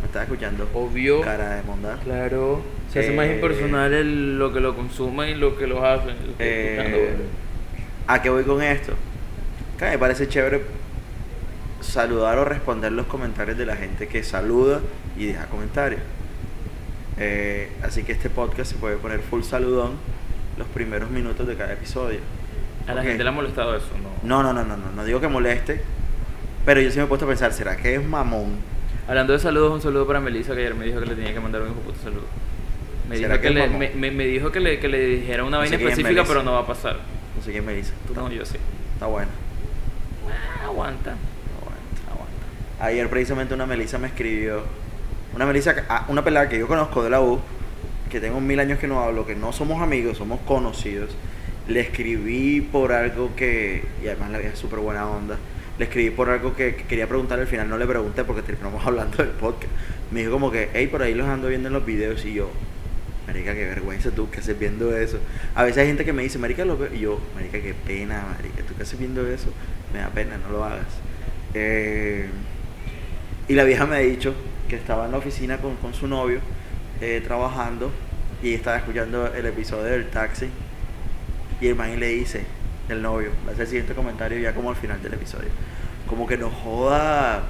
[SPEAKER 2] ¿Me estás escuchando?
[SPEAKER 1] Obvio.
[SPEAKER 2] Cara de mondar.
[SPEAKER 1] Claro. Se hace más
[SPEAKER 2] Eh,
[SPEAKER 1] impersonal el- lo que lo consumen y lo que los hacen. Lo estoy escuchando,
[SPEAKER 2] Eh,
[SPEAKER 1] bro.
[SPEAKER 2] ¿A qué voy con esto? Que me parece chévere saludar o responder los comentarios de la gente que saluda y deja comentarios. Eh, así que este podcast se puede poner full saludón los primeros minutos de cada episodio.
[SPEAKER 1] A la
[SPEAKER 2] Ok.
[SPEAKER 1] gente le ha molestado eso, ¿no?
[SPEAKER 2] No, no, no, no, no, no digo que moleste, pero yo sí me he puesto a pensar, ¿será que es mamón?
[SPEAKER 1] Hablando de saludos, un saludo para Melissa que ayer me dijo que le tenía que mandar un hijo puto saludo. Me dijo
[SPEAKER 2] ¿Será
[SPEAKER 1] que,
[SPEAKER 2] que es
[SPEAKER 1] le,
[SPEAKER 2] mamón?
[SPEAKER 1] me, me- me dijo que le, que le dijera una
[SPEAKER 2] No sé
[SPEAKER 1] vaina
[SPEAKER 2] quién es
[SPEAKER 1] específica,
[SPEAKER 2] Melissa.
[SPEAKER 1] pero no va a pasar.
[SPEAKER 2] No sé quién me dice.
[SPEAKER 1] Tú no, yo sí.
[SPEAKER 2] Está bueno.
[SPEAKER 1] Ah, aguanta.
[SPEAKER 2] Aguanta, aguanta. Ayer precisamente una Melissa me escribió, una Melissa, que- ah, una pelada que yo conozco de la U, que tengo mil años que no hablo, que no somos amigos, somos conocidos. Le escribí por algo que, y además la vieja es súper buena onda, le escribí por algo que, que quería preguntar, al final no le pregunté porque terminamos <laughs> hablando del podcast. Me dijo como que, hey, por ahí los ando viendo en los videos y yo, marica, qué vergüenza tú que haces viendo eso. A veces hay gente que me dice, marica, lo veo, y yo, marica, qué pena, marica, tú que haces viendo eso, me da pena, no lo hagas. Eh, y la vieja me ha dicho que estaba en la oficina con, con su novio eh, trabajando y estaba escuchando el episodio del taxi. Y el man le dice, el novio, va a hacer el siguiente comentario ya como al final del episodio. Como que no joda,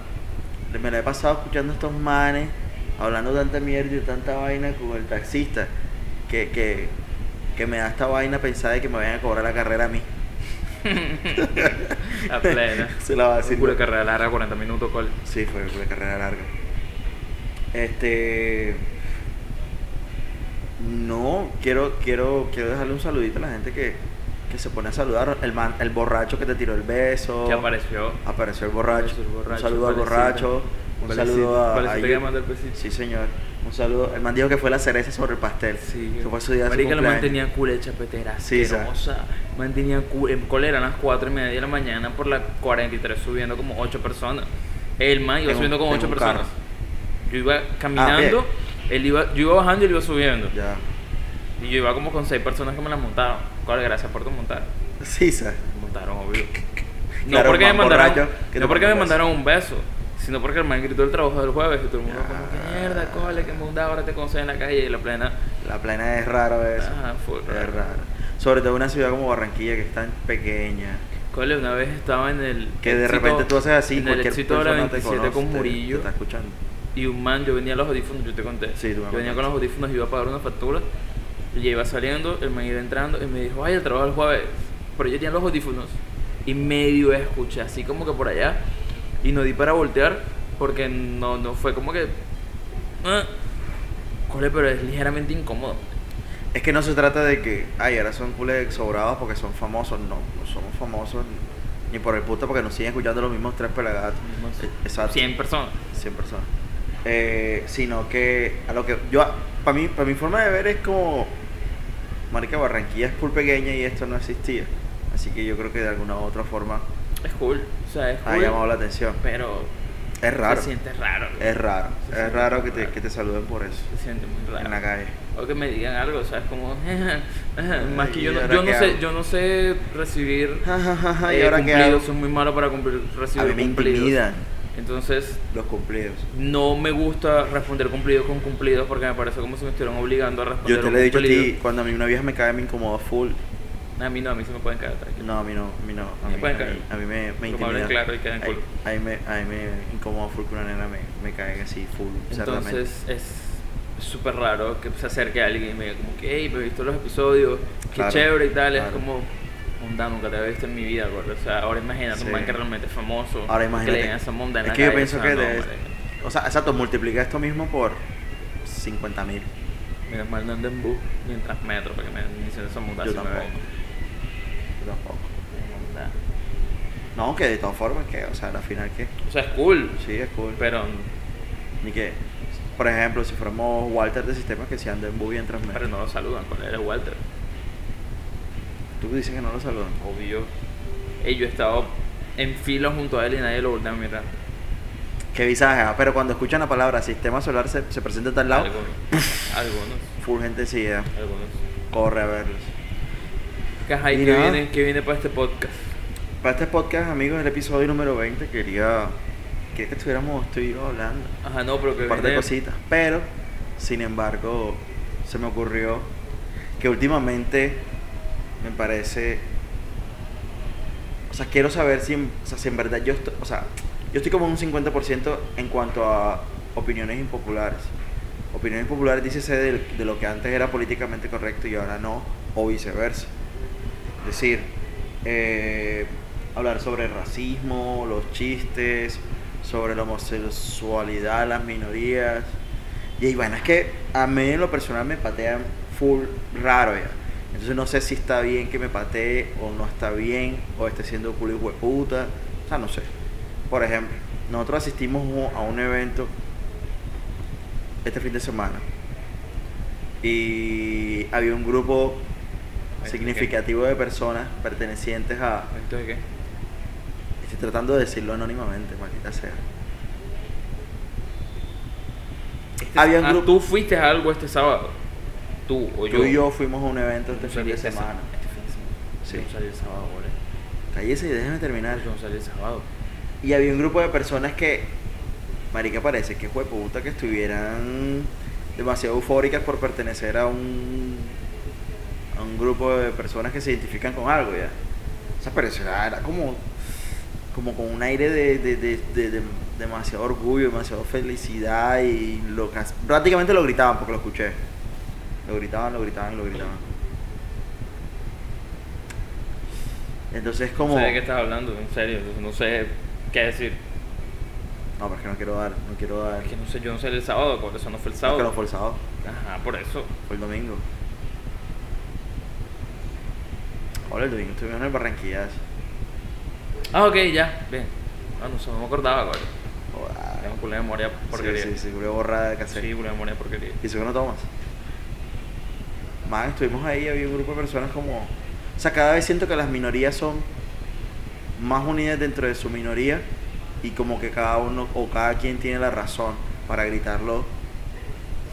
[SPEAKER 2] me la he pasado escuchando a estos manes, hablando tanta mierda y tanta vaina con el taxista, que, que, que me da esta vaina pensar de que me vayan a cobrar la carrera a mí.
[SPEAKER 1] <laughs> A plena.
[SPEAKER 2] <laughs> Se la va a decir.
[SPEAKER 1] Pura carrera larga, 40 minutos, ¿cuál?
[SPEAKER 2] Sí, fue una carrera larga. Este. No, quiero, quiero, quiero dejarle un saludito a la gente que, que se pone a saludar. El, man- el borracho que te tiró el beso.
[SPEAKER 1] Que apareció.
[SPEAKER 2] Apareció el borracho.
[SPEAKER 1] Apareció el borracho,
[SPEAKER 2] Un saludo al
[SPEAKER 1] Valecita.
[SPEAKER 2] borracho. Un
[SPEAKER 1] Valecita,
[SPEAKER 2] saludo a.
[SPEAKER 1] Valecita
[SPEAKER 2] a-
[SPEAKER 1] que manda el besito.
[SPEAKER 2] Sí, señor. Un saludo. El man dijo que fue la cereza sobre el pastel.
[SPEAKER 1] Sí,
[SPEAKER 2] Que fue su día de su
[SPEAKER 1] Marica, la
[SPEAKER 2] cumpleaños.
[SPEAKER 1] mantenía cool el chapetera.
[SPEAKER 2] Sí, esa.
[SPEAKER 1] hermosa. Mantenía cool. En cólera eran las 4 y media de la mañana por la 43 subiendo como 8 personas. El man iba
[SPEAKER 2] En un-
[SPEAKER 1] subiendo como
[SPEAKER 2] en
[SPEAKER 1] 8
[SPEAKER 2] un
[SPEAKER 1] personas.
[SPEAKER 2] carro. Ah,
[SPEAKER 1] Yo iba caminando, él iba, yo iba bajando y él iba subiendo.
[SPEAKER 2] Ya.
[SPEAKER 1] Y yo iba como con 6 personas que me las montaron. Cuál, gracias por tu montar.
[SPEAKER 2] Sí, sa.
[SPEAKER 1] Me montaron,
[SPEAKER 2] <laughs>
[SPEAKER 1] obvio. No
[SPEAKER 2] Claro,
[SPEAKER 1] porque me
[SPEAKER 2] man
[SPEAKER 1] mandaron,
[SPEAKER 2] borracho que te
[SPEAKER 1] no porque me
[SPEAKER 2] pone un beso.
[SPEAKER 1] mandaron un beso, sino porque el man gritó el trabajo del jueves y todo el mundo
[SPEAKER 2] Ya.
[SPEAKER 1] como que mierda, cole, que mundada, ahora te conoces en la calle y la plena.
[SPEAKER 2] La plena es rara eso.
[SPEAKER 1] Ajá, Ah, fue
[SPEAKER 2] Es
[SPEAKER 1] raro.
[SPEAKER 2] rara. Sobre todo en una ciudad como Barranquilla que es tan pequeña.
[SPEAKER 1] Cole, una vez estaba en el.
[SPEAKER 2] Que de
[SPEAKER 1] éxito-
[SPEAKER 2] repente tú haces así,
[SPEAKER 1] en el
[SPEAKER 2] cualquier
[SPEAKER 1] éxito de la
[SPEAKER 2] persona
[SPEAKER 1] 27
[SPEAKER 2] te conoce,
[SPEAKER 1] con
[SPEAKER 2] te-
[SPEAKER 1] Murillo.
[SPEAKER 2] Te, está escuchando.
[SPEAKER 1] Y un man, yo venía a los audífonos, yo te conté.
[SPEAKER 2] Sí, tú
[SPEAKER 1] yo
[SPEAKER 2] me
[SPEAKER 1] venía
[SPEAKER 2] contaste.
[SPEAKER 1] con los audífonos y iba a pagar una factura. Y yo iba saliendo, el man iba entrando y me dijo, ay, el trabajo el jueves. Pero yo tenía los audífonos y medio escuché, así como que por allá. Y no di para voltear porque no, no fue como que. "Ah". Cole, pero es ligeramente incómodo.
[SPEAKER 2] Es que no se trata de que, ay, ahora son cules sobrados porque son famosos. No, no somos famosos ni por el puto porque nos siguen escuchando los mismos tres pelagatos. Eh, Exacto.
[SPEAKER 1] 100 personas.
[SPEAKER 2] 100 personas. Eh, sino que a lo que yo para mí para mi forma de ver es como marica Barranquilla es full pequeña y esto no existía. Así que yo creo que de alguna u otra forma
[SPEAKER 1] Es cool. O sea, es
[SPEAKER 2] ha
[SPEAKER 1] cool.
[SPEAKER 2] llamado la atención.
[SPEAKER 1] pero
[SPEAKER 2] Es raro.
[SPEAKER 1] se siente raro.
[SPEAKER 2] Es raro.
[SPEAKER 1] Se siente
[SPEAKER 2] Es raro que
[SPEAKER 1] muy
[SPEAKER 2] te, que te saluden por eso
[SPEAKER 1] Se siente muy raro.
[SPEAKER 2] en la calle.
[SPEAKER 1] O que me digan algo, ¿sabes? Como, <laughs> más que
[SPEAKER 2] ¿y
[SPEAKER 1] yo no,
[SPEAKER 2] ahora
[SPEAKER 1] yo no
[SPEAKER 2] qué
[SPEAKER 1] sé,
[SPEAKER 2] hago?
[SPEAKER 1] yo no sé recibir
[SPEAKER 2] Ja, ja, ja, ja, ¿Y
[SPEAKER 1] eh,
[SPEAKER 2] ahora qué hago?
[SPEAKER 1] cumplidos, soy muy malo para cumplir, recibir
[SPEAKER 2] A mí me
[SPEAKER 1] cumplidos.
[SPEAKER 2] intimidan
[SPEAKER 1] Entonces,
[SPEAKER 2] los cumplidos.
[SPEAKER 1] no me gusta responder cumplidos con cumplidos porque me parece como si me estuvieran obligando a responder
[SPEAKER 2] Yo te
[SPEAKER 1] un
[SPEAKER 2] lo he dicho a
[SPEAKER 1] cumplido.
[SPEAKER 2] ti, cuando a mí una vieja me cae me incomoda full.
[SPEAKER 1] A mí no, a mí se me pueden caer tranquilo.
[SPEAKER 2] No, a mí no, a mí no. A
[SPEAKER 1] Me
[SPEAKER 2] mí,
[SPEAKER 1] pueden
[SPEAKER 2] a mí-
[SPEAKER 1] caer.
[SPEAKER 2] a mí me, me
[SPEAKER 1] Como hablen
[SPEAKER 2] intimida.
[SPEAKER 1] claro y queden
[SPEAKER 2] Ahí-
[SPEAKER 1] cool.
[SPEAKER 2] ahí me, ahí me incomoda full que una nena me, me caiga así full. cerdamente.
[SPEAKER 1] Entonces es súper raro que se acerque alguien y me diga como que, hey, me he visto los episodios, qué
[SPEAKER 2] Claro,
[SPEAKER 1] chévere y tal, es
[SPEAKER 2] claro.
[SPEAKER 1] como, onda, nunca te había visto en mi vida, gordo". O sea, ahora imagínate
[SPEAKER 2] Sí.
[SPEAKER 1] un man que realmente es famoso,
[SPEAKER 2] Ahora
[SPEAKER 1] que le
[SPEAKER 2] imagínate.
[SPEAKER 1] den esa monda en
[SPEAKER 2] es
[SPEAKER 1] la
[SPEAKER 2] que yo
[SPEAKER 1] calle,
[SPEAKER 2] pienso
[SPEAKER 1] o sea,
[SPEAKER 2] que
[SPEAKER 1] no,
[SPEAKER 2] de-
[SPEAKER 1] marica.
[SPEAKER 2] O sea, exacto, multiplica esto mismo por 50 mil.
[SPEAKER 1] Menos mal no ando en bus ni en transmetro, porque me hicieron esa monda
[SPEAKER 2] Yo
[SPEAKER 1] hace
[SPEAKER 2] tampoco.
[SPEAKER 1] poco.
[SPEAKER 2] Yo tampoco.
[SPEAKER 1] Monda.
[SPEAKER 2] No, que de todas formas, que, o sea, al final que.
[SPEAKER 1] O sea, es cool,
[SPEAKER 2] Sí, es cool.
[SPEAKER 1] pero
[SPEAKER 2] Ni que Por ejemplo, si fuéramos Walter de sistemas que se anda en Bubi en Transmedia.
[SPEAKER 1] Pero no lo saludan, con él es Walter.
[SPEAKER 2] Tú dices que no lo saludan.
[SPEAKER 1] Obvio. Ey, yo he estado en fila junto a él y nadie lo voltea a mirar.
[SPEAKER 2] Qué visaje, ah, pero cuando escuchan la palabra sistema solar se, se presenta a tal lado,
[SPEAKER 1] Algunos.
[SPEAKER 2] <laughs>
[SPEAKER 1] Algunos.
[SPEAKER 2] full gente sigue,
[SPEAKER 1] Algunos.
[SPEAKER 2] corre a verlos.
[SPEAKER 1] Caja, ¿y
[SPEAKER 2] Y
[SPEAKER 1] qué
[SPEAKER 2] nada.
[SPEAKER 1] viene, qué viene para este podcast?
[SPEAKER 2] Para este podcast, amigos, el episodio número 20 quería, quería que estuviéramos tú y yo hablando.
[SPEAKER 1] Ajá, no, pero que
[SPEAKER 2] un par de
[SPEAKER 1] viene-
[SPEAKER 2] cositas. Pero, sin embargo, se me ocurrió que últimamente me parece. O sea, quiero saber si, en- o sea, si en verdad yo estoy. O sea, yo estoy como en un 50% en cuanto a opiniones impopulares. Opiniones impopulares, dícese de, de lo que antes era políticamente correcto y ahora no, o viceversa. Es decir, eh, hablar sobre el racismo, los chistes, sobre la homosexualidad, las minorías. Y ahí, bueno, es que a mí en lo personal me patean full raro ya. Entonces no sé si está bien que me patee o no está bien, o esté siendo culo hijo de puta. O sea, no sé. Por ejemplo, nosotros asistimos a un evento este fin de semana y había un grupo significativo de personas pertenecientes a...
[SPEAKER 1] ¿Esto de qué?
[SPEAKER 2] Estoy tratando de decirlo anónimamente, maldita sea.
[SPEAKER 1] Este-
[SPEAKER 2] Había un
[SPEAKER 1] ah,
[SPEAKER 2] grupo-
[SPEAKER 1] Tú fuiste a algo este sábado. Tú o Pues yo.
[SPEAKER 2] Tú y yo fuimos a un evento
[SPEAKER 1] Yo
[SPEAKER 2] este fin
[SPEAKER 1] salí
[SPEAKER 2] de
[SPEAKER 1] este
[SPEAKER 2] semana.
[SPEAKER 1] sa- Este fin de semana.
[SPEAKER 2] Sí. Ah.
[SPEAKER 1] Yo no salí el sábado, boludo.
[SPEAKER 2] Cállese y déjeme terminar.
[SPEAKER 1] Yo no salí el sábado.
[SPEAKER 2] Y había un grupo de personas que, marica, parece que fue puta que estuvieran demasiado eufóricas por pertenecer a un, a un grupo de personas que se identifican con algo ya. O sea, pero eso era, era como, como con un aire de, de- de- de- de demasiado orgullo, demasiado felicidad y lo, cas- prácticamente lo gritaban porque lo escuché. Lo gritaban, lo gritaban y lo gritaban. Entonces como...
[SPEAKER 1] No sé de qué estás hablando, en serio. No sé qué decir.
[SPEAKER 2] No, pero es que no quiero dar, no quiero dar.
[SPEAKER 1] Es que no sé, yo no salí el sábado, por eso no fue el
[SPEAKER 2] No, que lo
[SPEAKER 1] sábado.
[SPEAKER 2] fue el sábado,
[SPEAKER 1] Ajá, por eso.
[SPEAKER 2] fue el domingo. Ahora el domingo estuvimos en el Barranquillazo.
[SPEAKER 1] Ah, ok, ya. Bien. Ah, no sé, no me acordaba, boludo.
[SPEAKER 2] Joder.
[SPEAKER 1] Tengo culé de memoria porquería.
[SPEAKER 2] Ah. Sí, sí, sí, culé borrada de cassette.
[SPEAKER 1] Sí, culé de memoria porquería.
[SPEAKER 2] Y eso que no tomas. Man, estuvimos ahí, había un grupo de personas como. O sea, cada vez siento que las minorías son más unidas dentro de su minoría y como que cada uno o cada quien tiene la razón para gritarlo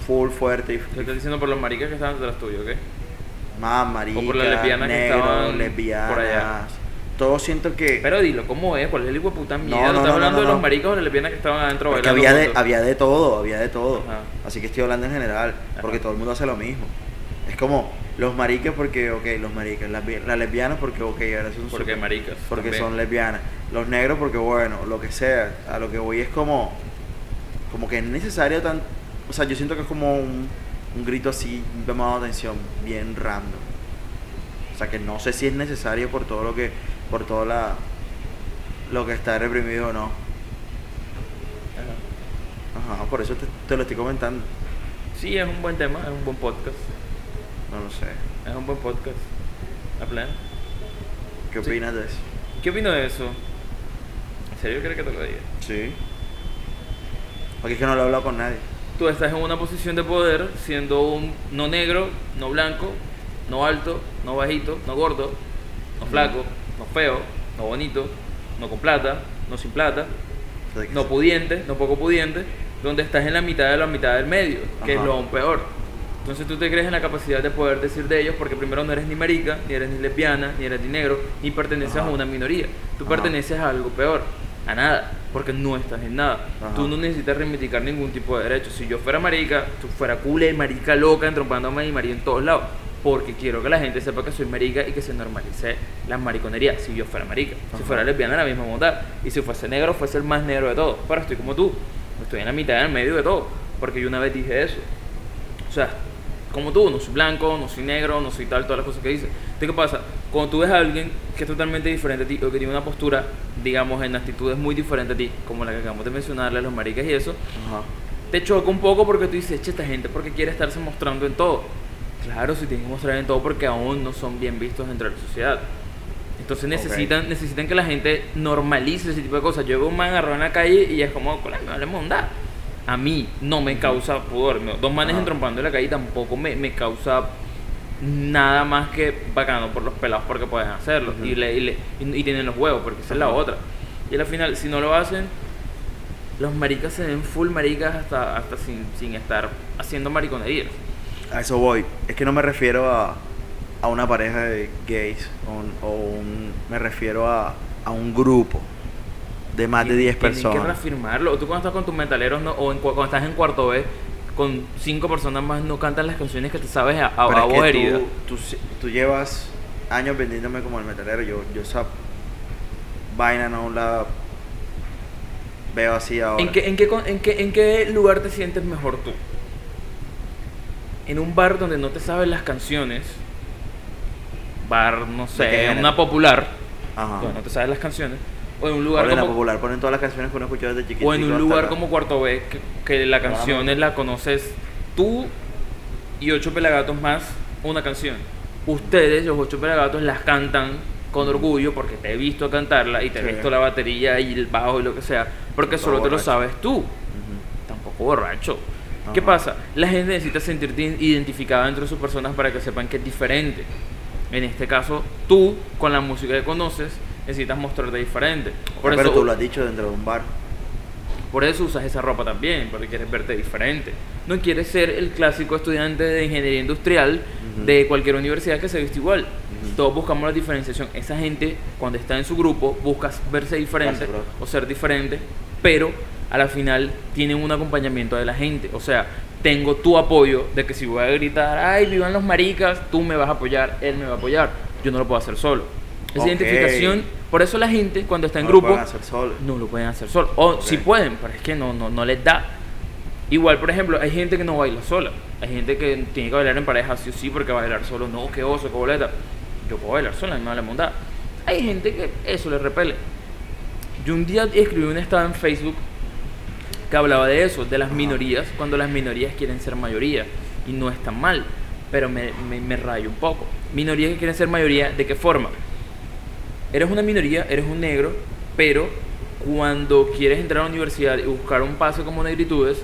[SPEAKER 2] full fuerte y
[SPEAKER 1] Te estoy diciendo por los maricas que estaban detrás tuyo, ¿ok?
[SPEAKER 2] Más marica,
[SPEAKER 1] O por las lesbianas que
[SPEAKER 2] negros,
[SPEAKER 1] estaban
[SPEAKER 2] lesbianas.
[SPEAKER 1] por allá.
[SPEAKER 2] Todo siento que,
[SPEAKER 1] Pero dilo, ¿cómo es? ¿Cuál es el hijo de puta mierda?
[SPEAKER 2] no,
[SPEAKER 1] ¿Estás
[SPEAKER 2] no,
[SPEAKER 1] hablando
[SPEAKER 2] no,
[SPEAKER 1] de los
[SPEAKER 2] no.
[SPEAKER 1] maricas o las lesbianas que estaban adentro
[SPEAKER 2] porque
[SPEAKER 1] bailando?
[SPEAKER 2] había de,
[SPEAKER 1] juntos?
[SPEAKER 2] había de todo, había de todo.
[SPEAKER 1] Ajá.
[SPEAKER 2] Así que estoy hablando en general,
[SPEAKER 1] Ajá.
[SPEAKER 2] porque todo el mundo hace lo mismo. Es como los maricas porque, ok, los maricas. Las, bi- las lesbianas porque, ok, ahora son
[SPEAKER 1] Porque
[SPEAKER 2] súper-
[SPEAKER 1] maricas.
[SPEAKER 2] Porque
[SPEAKER 1] también.
[SPEAKER 2] son lesbianas. Los negros porque, bueno, lo que sea. A lo que voy es como, como que es necesario tan... O sea, yo siento que es como un, un grito así, un llamado de atención, bien random. O sea, que no sé si es necesario por todo lo que, por todo la, lo que está reprimido o no.
[SPEAKER 1] Ajá.
[SPEAKER 2] Ajá, por eso te, te lo estoy comentando.
[SPEAKER 1] Sí, es un buen tema, es un buen podcast.
[SPEAKER 2] No lo sé.
[SPEAKER 1] Es un buen podcast. ¿A plan?
[SPEAKER 2] ¿Qué
[SPEAKER 1] Sí.
[SPEAKER 2] opinas de eso?
[SPEAKER 1] ¿Qué opino de eso? ¿En serio crees que te lo diga?
[SPEAKER 2] Sí. Porque es que no lo he hablado con nadie.
[SPEAKER 1] Tú estás en una posición de poder siendo un no negro, no blanco, no alto, no bajito, no gordo, no flaco, no feo, no bonito, no con plata, no sin plata,
[SPEAKER 2] O sea, que-
[SPEAKER 1] no pudiente, no poco pudiente, donde estás en la mitad de la mitad del medio, que es
[SPEAKER 2] Ajá.
[SPEAKER 1] lo aún peor. Entonces tú te crees en la capacidad de poder decir de ellos porque primero no eres ni marica, ni eres ni lesbiana, ni eres ni negro, ni perteneces
[SPEAKER 2] Ajá.
[SPEAKER 1] a una minoría. Tú
[SPEAKER 2] Ajá.
[SPEAKER 1] perteneces a algo peor, a nada, porque no estás en nada.
[SPEAKER 2] Ajá.
[SPEAKER 1] Tú no necesitas reivindicar ningún tipo de derecho. Si yo fuera marica, tú fuera culé, marica loca, entrompándome y marica en todos lados. Porque quiero que la gente sepa que soy marica y que se normalice las mariconerías. Si yo fuera marica, si
[SPEAKER 2] Ajá.
[SPEAKER 1] fuera lesbiana, la misma bondad. Y si fuese negro, fuese el más negro de todos. Pero estoy como tú. Estoy en la mitad, en el medio de todo. Porque yo una vez dije eso. O sea, como tú, no soy blanco, no soy negro, no soy tal, todas las cosas que dices. Entonces, ¿qué pasa? Cuando tú ves a alguien que es totalmente diferente a ti o que tiene una postura, digamos, en actitudes muy diferente a ti, como la que acabamos de mencionarle a los maricas y eso,
[SPEAKER 2] Ajá.
[SPEAKER 1] te choca un poco porque tú dices, che, esta gente, porque quiere estarse mostrando en todo? Claro, si tienen que mostrar en todo porque aún no son bien vistos dentro de la sociedad. Entonces necesitan, necesitan que la gente normalice ese tipo de cosas. Yo veo un man agarrado en la calle y es como, "Cola, no le monda. a mí no me causa pudor. no. Dos manes
[SPEAKER 2] Ajá.
[SPEAKER 1] entrompando en la calle tampoco me, me causa nada más que bacano por los pelados porque pueden hacerlo.
[SPEAKER 2] Ujú.
[SPEAKER 1] y, le, y, le- y- y tienen los huevos, porque esa es la
[SPEAKER 2] Ajá.
[SPEAKER 1] otra. Y al final, si no lo hacen, los maricas se ven full maricas hasta, hasta sin, sin estar haciendo mariconerías.
[SPEAKER 2] A eso voy. Es que no me refiero a, a una pareja de gays o un, o un- me refiero a, a un grupo de más de
[SPEAKER 1] Tien-
[SPEAKER 2] 10
[SPEAKER 1] tienen que
[SPEAKER 2] personas.
[SPEAKER 1] reafirmarlo. O tú cuando estás con tus metaleros no- o en cua- cuando estás en cuarto B, con cinco personas más no cantan las canciones que te sabes a, a,
[SPEAKER 2] Pero
[SPEAKER 1] a
[SPEAKER 2] es que
[SPEAKER 1] voz
[SPEAKER 2] tú-
[SPEAKER 1] herida.
[SPEAKER 2] Tú, si- tú llevas años vendiéndome como el metalero. Yo, yo esa vaina no la veo así ahora.
[SPEAKER 1] ¿En qué, en, qué, con- en, qué, en qué lugar te sientes mejor tú? ¿En un bar donde no te saben las canciones? Bar, no
[SPEAKER 2] ¿De qué
[SPEAKER 1] sé,
[SPEAKER 2] género?
[SPEAKER 1] una popular,
[SPEAKER 2] Ajá.
[SPEAKER 1] donde no te sabes las canciones. O en un
[SPEAKER 2] Ahora
[SPEAKER 1] lugar
[SPEAKER 2] en la
[SPEAKER 1] como,
[SPEAKER 2] popular ponen todas las canciones que uno escuchó desde chiquito.
[SPEAKER 1] o en un lugar como Cuarto B, que, que la
[SPEAKER 2] Claro.
[SPEAKER 1] canción es la conoces tú y ocho pelagatos más una canción. Ustedes, los ocho pelagatos, las cantan con orgullo porque te he visto cantarla y te he
[SPEAKER 2] Sí.
[SPEAKER 1] visto la batería y el bajo y lo que sea, porque
[SPEAKER 2] Todo
[SPEAKER 1] solo te lo
[SPEAKER 2] borracho.
[SPEAKER 1] sabes tú tampoco borracho. ¿Qué
[SPEAKER 2] Ajá.
[SPEAKER 1] pasa? La gente necesita sentirte in- identificada entre sus personas para que sepan que es diferente. En este caso, tú, con la música que conoces, necesitas mostrarte diferente. Por,
[SPEAKER 2] Pero
[SPEAKER 1] eso,
[SPEAKER 2] tú lo has dicho dentro de un bar.
[SPEAKER 1] por eso usas esa ropa también, porque quieres verte diferente. No quieres ser el clásico estudiante de ingeniería industrial
[SPEAKER 2] Ujú.
[SPEAKER 1] de cualquier universidad que se viste igual.
[SPEAKER 2] Ujú.
[SPEAKER 1] Todos buscamos la diferenciación. Esa gente, cuando está en su grupo, busca verse diferente
[SPEAKER 2] Claro, bro.
[SPEAKER 1] o ser diferente, pero a la final tienen un acompañamiento de la gente. O sea, tengo tu apoyo de que si voy a gritar, ay, vivan los maricas, tú me vas a apoyar, él me va a apoyar. Yo no lo puedo hacer solo. Esa
[SPEAKER 2] Ok.
[SPEAKER 1] identificación, por eso la gente cuando está en
[SPEAKER 2] No lo
[SPEAKER 1] grupo
[SPEAKER 2] pueden hacer solo.
[SPEAKER 1] no lo pueden hacer solo. O
[SPEAKER 2] Ok.
[SPEAKER 1] si pueden, pero es que no, no, no les da. Igual, por ejemplo, hay gente que no baila sola. Hay gente que tiene que bailar en pareja, sí o sí, porque bailar solo no, qué oso, qué boleta. Yo puedo bailar sola, a mí me vale monda. Hay gente que eso le repele. Yo un día escribí un estado en Facebook que hablaba de eso, de las
[SPEAKER 2] Ajá.
[SPEAKER 1] minorías, cuando las minorías quieren ser mayoría. Y no es tan mal, pero me, me, me rayo un poco. Minorías que quieren ser mayoría, ¿de qué forma? Eres una minoría, eres un negro, pero cuando quieres entrar a la universidad y buscar un paso como negritudes,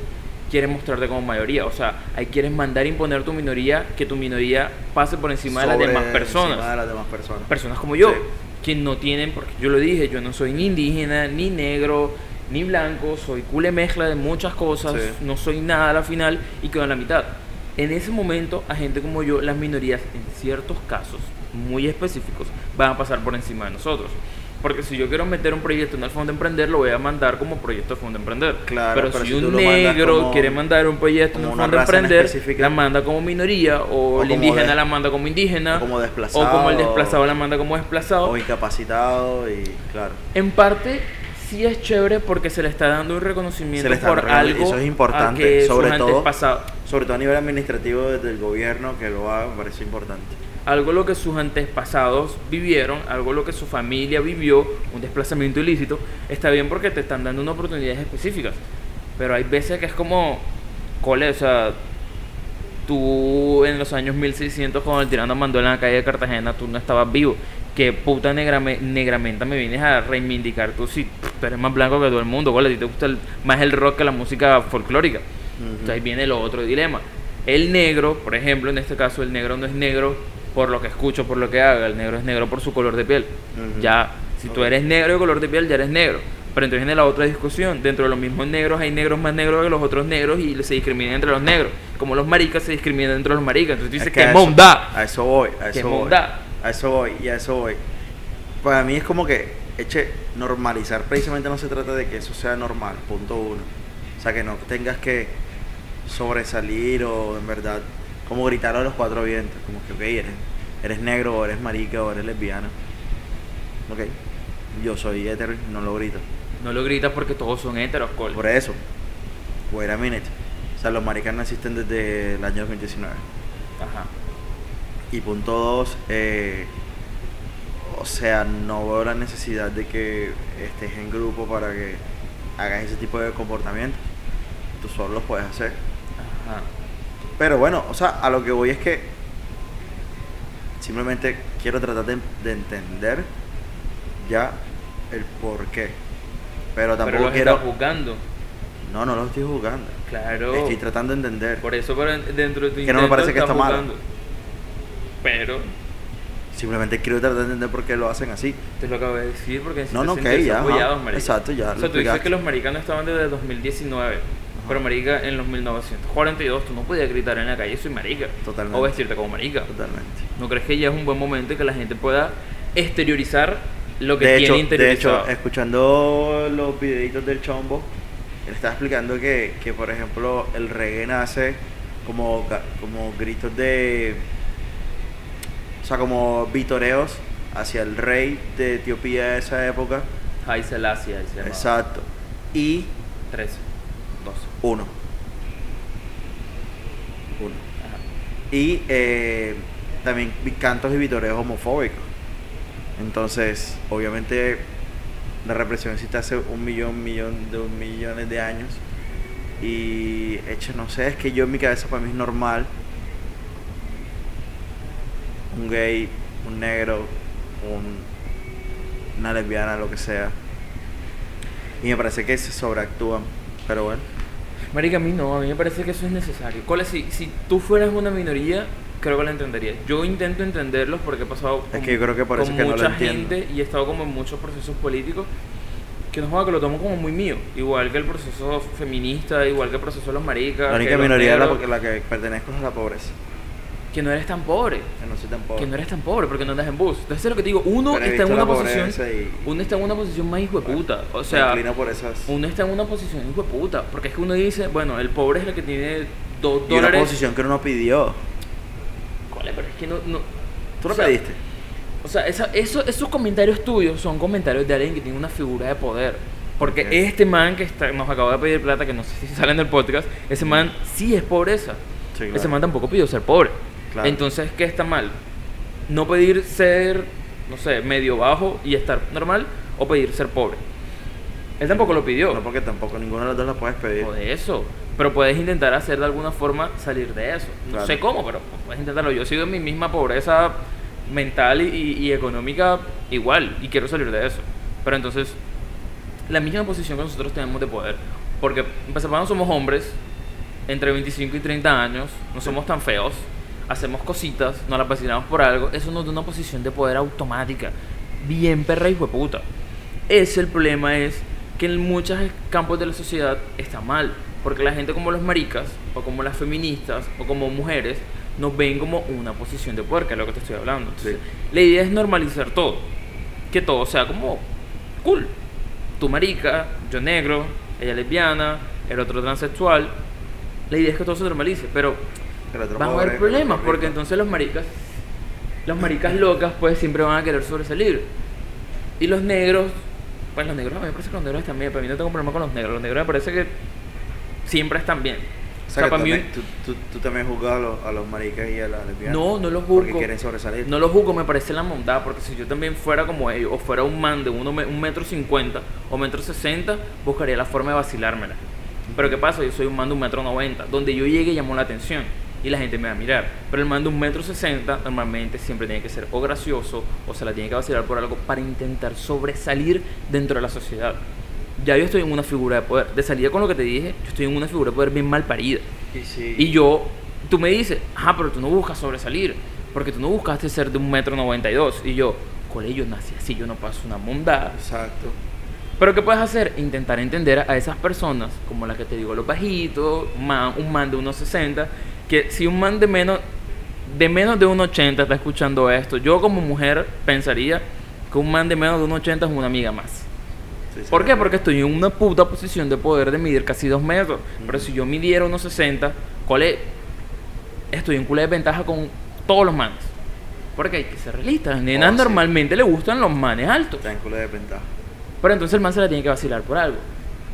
[SPEAKER 1] quieres mostrarte como mayoría. O sea, ahí quieres mandar imponer tu minoría, que tu minoría pase por encima de las
[SPEAKER 2] Sobre-
[SPEAKER 1] demás personas
[SPEAKER 2] Encima de las demás personas.
[SPEAKER 1] personas como yo,
[SPEAKER 2] Sí.
[SPEAKER 1] que no tienen, porque yo lo dije, yo no soy ni indígena, ni negro, ni blanco, soy cule mezcla de muchas cosas,
[SPEAKER 2] Sí.
[SPEAKER 1] no soy nada a la final y quedo en la mitad. En ese momento, a gente como yo, las minorías, en ciertos casos muy específicos, van a pasar por encima de nosotros. Porque si yo quiero meter un proyecto en el Fondo Emprender, lo voy a mandar como proyecto de Fondo Emprender.
[SPEAKER 2] Claro,
[SPEAKER 1] pero,
[SPEAKER 2] pero
[SPEAKER 1] si,
[SPEAKER 2] si tú
[SPEAKER 1] un
[SPEAKER 2] lo mandas
[SPEAKER 1] negro
[SPEAKER 2] como-
[SPEAKER 1] quiere mandar un proyecto en
[SPEAKER 2] como
[SPEAKER 1] el
[SPEAKER 2] una
[SPEAKER 1] Fondo
[SPEAKER 2] raza en
[SPEAKER 1] Emprender,
[SPEAKER 2] específica.
[SPEAKER 1] la manda como minoría, o,
[SPEAKER 2] O
[SPEAKER 1] el
[SPEAKER 2] como
[SPEAKER 1] indígena
[SPEAKER 2] de-
[SPEAKER 1] la manda como indígena,
[SPEAKER 2] o como
[SPEAKER 1] o como el
[SPEAKER 2] desplazado.
[SPEAKER 1] desplazado la manda como desplazado.
[SPEAKER 2] O incapacitado y claro.
[SPEAKER 1] En parte sí es chévere porque se le está dando un reconocimiento
[SPEAKER 2] Se le está
[SPEAKER 1] por
[SPEAKER 2] dando-
[SPEAKER 1] algo
[SPEAKER 2] eso es
[SPEAKER 1] a
[SPEAKER 2] importante,
[SPEAKER 1] que
[SPEAKER 2] sobre
[SPEAKER 1] sus
[SPEAKER 2] todo.
[SPEAKER 1] antepasados,
[SPEAKER 2] Sobre todo a nivel administrativo desde el gobierno que lo haga me parece importante.
[SPEAKER 1] algo lo que sus antepasados vivieron, algo lo que su familia vivió, un desplazamiento ilícito, está bien porque te están dando unas oportunidades específicas. Pero hay veces que es como cole, o sea, tú en los años 1600 cuando el tirano mandó en la calle de Cartagena, tú no estabas vivo. ¿Qué puta negrame- negramenta me vienes a reivindicar tú si pff, tú eres más blanco que todo el mundo? ¿cuál? A ti te gusta el- más el rock que la música folclórica. Entonces ahí viene el otro dilema. El negro, por ejemplo, en este caso el negro no es negro por lo que escucho, por lo que haga. El negro es negro por su color de piel.
[SPEAKER 2] Ujú.
[SPEAKER 1] Ya, si tú
[SPEAKER 2] Ok.
[SPEAKER 1] eres negro de color de piel, ya eres negro. Pero entonces viene la otra discusión. Dentro de los mismos negros hay negros más negros que los otros negros y se discrimina entre los negros. Como los maricas se discriminan entre los maricas. Entonces tú dices,
[SPEAKER 2] Es que
[SPEAKER 1] ¡qué
[SPEAKER 2] a eso-
[SPEAKER 1] monda!
[SPEAKER 2] A eso voy, a
[SPEAKER 1] ¡Qué
[SPEAKER 2] eso voy.
[SPEAKER 1] monda!
[SPEAKER 2] A eso voy y a eso voy. Para mí es como que, eche, normalizar precisamente no se trata de que eso sea normal, punto uno. O sea, que no tengas que sobresalir o en verdad, como gritar a los cuatro vientos, como que, ok, eres, eres negro, o eres marica, o eres lesbiana. Ok, yo soy hetero, y no lo grito.
[SPEAKER 1] No lo gritas porque todos son heteros, col.
[SPEAKER 2] Por e- eso, wait a minute. O sea, los maricas no existen desde el año 2019.
[SPEAKER 1] Ajá.
[SPEAKER 2] Y punto dos, eh, o sea, no veo la necesidad de que estés en grupo para que hagas ese tipo de comportamiento. Tú solo lo puedes hacer.
[SPEAKER 1] Ajá.
[SPEAKER 2] Pero bueno, o sea, a lo que voy es que simplemente quiero tratar de, de entender ya el por qué. Pero
[SPEAKER 1] Pero
[SPEAKER 2] tampoco
[SPEAKER 1] los
[SPEAKER 2] quiero...
[SPEAKER 1] estás juzgando.
[SPEAKER 2] No, no lo estoy jugando.
[SPEAKER 1] Claro.
[SPEAKER 2] Estoy tratando de entender.
[SPEAKER 1] Por eso pero en- dentro de tu
[SPEAKER 2] Que no me
[SPEAKER 1] intento
[SPEAKER 2] parece que
[SPEAKER 1] estás
[SPEAKER 2] está malo.
[SPEAKER 1] jugando. Pero
[SPEAKER 2] Simplemente quiero tratar de entender por qué lo hacen así.
[SPEAKER 1] te lo acabo de decir porque necesitas
[SPEAKER 2] No, no,
[SPEAKER 1] sentirse
[SPEAKER 2] ok, ya, ajá.
[SPEAKER 1] apoyados, marica.
[SPEAKER 2] Exacto, ya,
[SPEAKER 1] O sea,
[SPEAKER 2] lo
[SPEAKER 1] tú dices
[SPEAKER 2] explicaste.
[SPEAKER 1] que los maricanos estaban desde 2019. Pero marica, en los 1942 tú no podías gritar en la calle soy marica.
[SPEAKER 2] Totalmente.
[SPEAKER 1] O vestirte como marica.
[SPEAKER 2] Totalmente.
[SPEAKER 1] ¿No crees que ya es un buen momento y que la gente pueda exteriorizar lo que
[SPEAKER 2] de
[SPEAKER 1] tiene
[SPEAKER 2] hecho, de
[SPEAKER 1] interiorizado?
[SPEAKER 2] hecho, escuchando los videitos del Chombo, él estaba explicando que, que, por ejemplo, el reggae nace como, ga- como gritos de. O sea, como vitoreos hacia el rey de Etiopía de esa época.
[SPEAKER 1] Haile Selassie, ahí se llamaba.
[SPEAKER 2] Exacto. Y
[SPEAKER 1] 13, 12.
[SPEAKER 2] uno. Uno.
[SPEAKER 1] Ajá.
[SPEAKER 2] Y eh, también vi- cantos y vitoreos homofóbicos. Entonces, obviamente, la represión existe hace un millón, millón, dos millones de años. Y hecho, no sé, es que yo en mi cabeza para mí es normal. Un gay, un negro, un- una lesbiana, lo que sea. Y me parece que se sobreactúan. Pero bueno,
[SPEAKER 1] Marica, a mí no, a mí me parece que eso es necesario. ¿Cuál es? Si, si tú fueras una minoría, creo que la entenderías. Yo intento entenderlos porque he pasado
[SPEAKER 2] Es que yo creo que por eso
[SPEAKER 1] con
[SPEAKER 2] es que no lo
[SPEAKER 1] mucha
[SPEAKER 2] entiendo.
[SPEAKER 1] gente y he estado como en muchos procesos políticos que no joda, que lo tomo como muy mío. Igual que el proceso feminista, igual que el proceso de los maricas.
[SPEAKER 2] la
[SPEAKER 1] que
[SPEAKER 2] única
[SPEAKER 1] los
[SPEAKER 2] minoría a la,
[SPEAKER 1] negros,
[SPEAKER 2] la que pertenezco es a la pobreza.
[SPEAKER 1] Que no eres tan pobre.
[SPEAKER 2] Que no soy tan pobre.
[SPEAKER 1] Que no eres tan pobre porque no andas en bus. Entonces es lo que te digo, uno
[SPEAKER 2] Pero he
[SPEAKER 1] está en una
[SPEAKER 2] visto la
[SPEAKER 1] posición.
[SPEAKER 2] pobreza y-
[SPEAKER 1] Uno está en una posición más hijo de puta. O
[SPEAKER 2] me
[SPEAKER 1] sea,
[SPEAKER 2] inclino por esas.
[SPEAKER 1] uno está en una posición hijo de puta. Porque es que uno dice, bueno, el pobre es el que tiene dos
[SPEAKER 2] y una
[SPEAKER 1] dólares.
[SPEAKER 2] posición que uno pidió.
[SPEAKER 1] Cole, pero es que no. no
[SPEAKER 2] Tú
[SPEAKER 1] o
[SPEAKER 2] lo
[SPEAKER 1] sea,
[SPEAKER 2] pediste.
[SPEAKER 1] O sea, esa- eso- esos comentarios tuyos son comentarios de alguien que tiene una figura de poder. Porque
[SPEAKER 2] Ok.
[SPEAKER 1] este man que está- nos acaba de pedir plata, que no sé si salen del podcast, ese man sí es pobreza.
[SPEAKER 2] Sí, claro.
[SPEAKER 1] Ese man tampoco pidió ser pobre.
[SPEAKER 2] Claro.
[SPEAKER 1] Entonces, ¿qué está mal? ¿No pedir ser, no sé, medio bajo y estar normal? ¿O pedir ser pobre? Él tampoco lo pidió.
[SPEAKER 2] No, porque tampoco ninguna de las dos la puedes pedir.
[SPEAKER 1] O de eso. Pero puedes intentar hacer de alguna forma salir de eso. No
[SPEAKER 2] Claro.
[SPEAKER 1] sé cómo, pero puedes intentarlo. Yo sigo en mi misma pobreza mental y, y- y económica igual y quiero salir de eso. Pero entonces, la misma posición que nosotros tenemos de poder. Porque, empezando, no somos hombres, entre 25 y 30 años, no somos tan feos, hacemos cositas, nos las vacinamos por algo, eso nos da una posición de poder automática, bien perra y puta. Ese el problema es que en muchos campos de la sociedad está mal, porque la gente como los maricas, o como las feministas, o como mujeres, nos ven como una posición de poder, que es lo que te estoy hablando. Entonces, La idea es normalizar todo, que todo sea como cool. Tú marica, yo negro, ella lesbiana, el otro transexual, la idea es que todo se normalice, pero
[SPEAKER 2] Pero otro
[SPEAKER 1] van a
[SPEAKER 2] pobre,
[SPEAKER 1] haber
[SPEAKER 2] pero otro
[SPEAKER 1] problemas
[SPEAKER 2] rico.
[SPEAKER 1] porque entonces los maricas, los maricas locas, pues siempre van a querer sobresalir. Y los negros, pues los negros, a mí me parece que los negros están bien, pero a mí no tengo problema con los negros. Los negros me parece que siempre están bien.
[SPEAKER 2] O sea, que
[SPEAKER 1] para mí
[SPEAKER 2] también- tú, tú, tú también juzgas a los, a los maricas y a las lesbianas.
[SPEAKER 1] No, no los
[SPEAKER 2] Porque
[SPEAKER 1] juzgo.
[SPEAKER 2] quieren sobresalir.
[SPEAKER 1] No lo juzgo, me parece la mondada, porque si yo también fuera como ellos, o fuera un man de uno, me- un metro cincuenta o metro sesenta, buscaría la forma de vacilármela. Pero ¿qué pasa? Yo soy un man de un metro noventa, donde yo llegue llamó la atención y la gente me va a mirar. Pero el man de un metro sesenta normalmente siempre tiene que ser o gracioso o se la tiene que vacilar por algo para intentar sobresalir dentro de la sociedad. Ya yo estoy en una figura de poder. De salida con lo que te dije, yo estoy en una figura de poder bien mal parida.
[SPEAKER 2] Y, sí.
[SPEAKER 1] Y yo, tú me dices, ajá, pero tú no buscas sobresalir, porque tú no buscaste ser de un metro noventa y dos. Y yo, cole, yo nací así, yo no paso una mondada.
[SPEAKER 2] Exacto.
[SPEAKER 1] Pero ¿qué puedes hacer? Intentar entender a esas personas, como la que te digo, los bajitos, un man, un man de 1,60, que si un man de menos de menos de 1,80 está escuchando esto, yo como mujer pensaría que un man de menos de 1,80 es una amiga más.
[SPEAKER 2] Sí, sí,
[SPEAKER 1] ¿Por qué?
[SPEAKER 2] sí.
[SPEAKER 1] Porque estoy en una puta posición de poder de medir casi dos metros. Pero si yo midiera unos 60, cole, estoy en culo de ventaja con todos los manes. Porque hay que ser realistas. Las nenas
[SPEAKER 2] Oh, sí.
[SPEAKER 1] normalmente le gustan los manes altos.
[SPEAKER 2] Está en culo de ventaja.
[SPEAKER 1] Pero entonces el man se la tiene que vacilar por algo.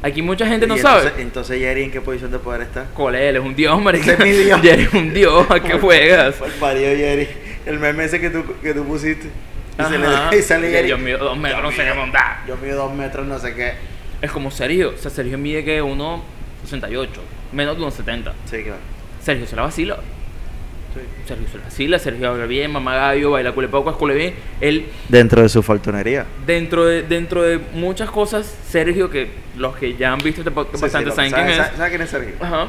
[SPEAKER 1] Aquí mucha gente
[SPEAKER 2] Y
[SPEAKER 1] no
[SPEAKER 2] entonces,
[SPEAKER 1] sabe.
[SPEAKER 2] Entonces, Jerry, ¿en qué posición de poder está?
[SPEAKER 1] Cole, él es un dios, marica.
[SPEAKER 2] Ese es mi dios.
[SPEAKER 1] <laughs> Ya eres un dios, <laughs> ¿a
[SPEAKER 2] <laughs>
[SPEAKER 1] qué juegas?
[SPEAKER 2] Por parido, Jerry. El meme ese que tú, que tú pusiste. Y, se
[SPEAKER 1] Ajá.
[SPEAKER 2] le, <laughs> y sale
[SPEAKER 1] Que
[SPEAKER 2] Jerry.
[SPEAKER 1] Yo mido dos metros, no sé qué mondá.
[SPEAKER 2] Yo mido dos metros, no sé qué.
[SPEAKER 1] Es como Sergio. O sea, Sergio mide que 1,68. Menos de 1,70.
[SPEAKER 2] Sí, claro.
[SPEAKER 1] Sergio se la vacila. Sergio se la vacila, Sergio habla bien, mamá gallo, baila culepaco, cule bien. Él,
[SPEAKER 2] Dentro de su faltonería.
[SPEAKER 1] dentro de, dentro de muchas cosas, Sergio, que los que ya han visto este podcast
[SPEAKER 2] Sí, sí,
[SPEAKER 1] bastante
[SPEAKER 2] lo-
[SPEAKER 1] saben quién
[SPEAKER 2] ¿sabe-
[SPEAKER 1] es.
[SPEAKER 2] sabe- sabe quién es Sergio?
[SPEAKER 1] Ajá.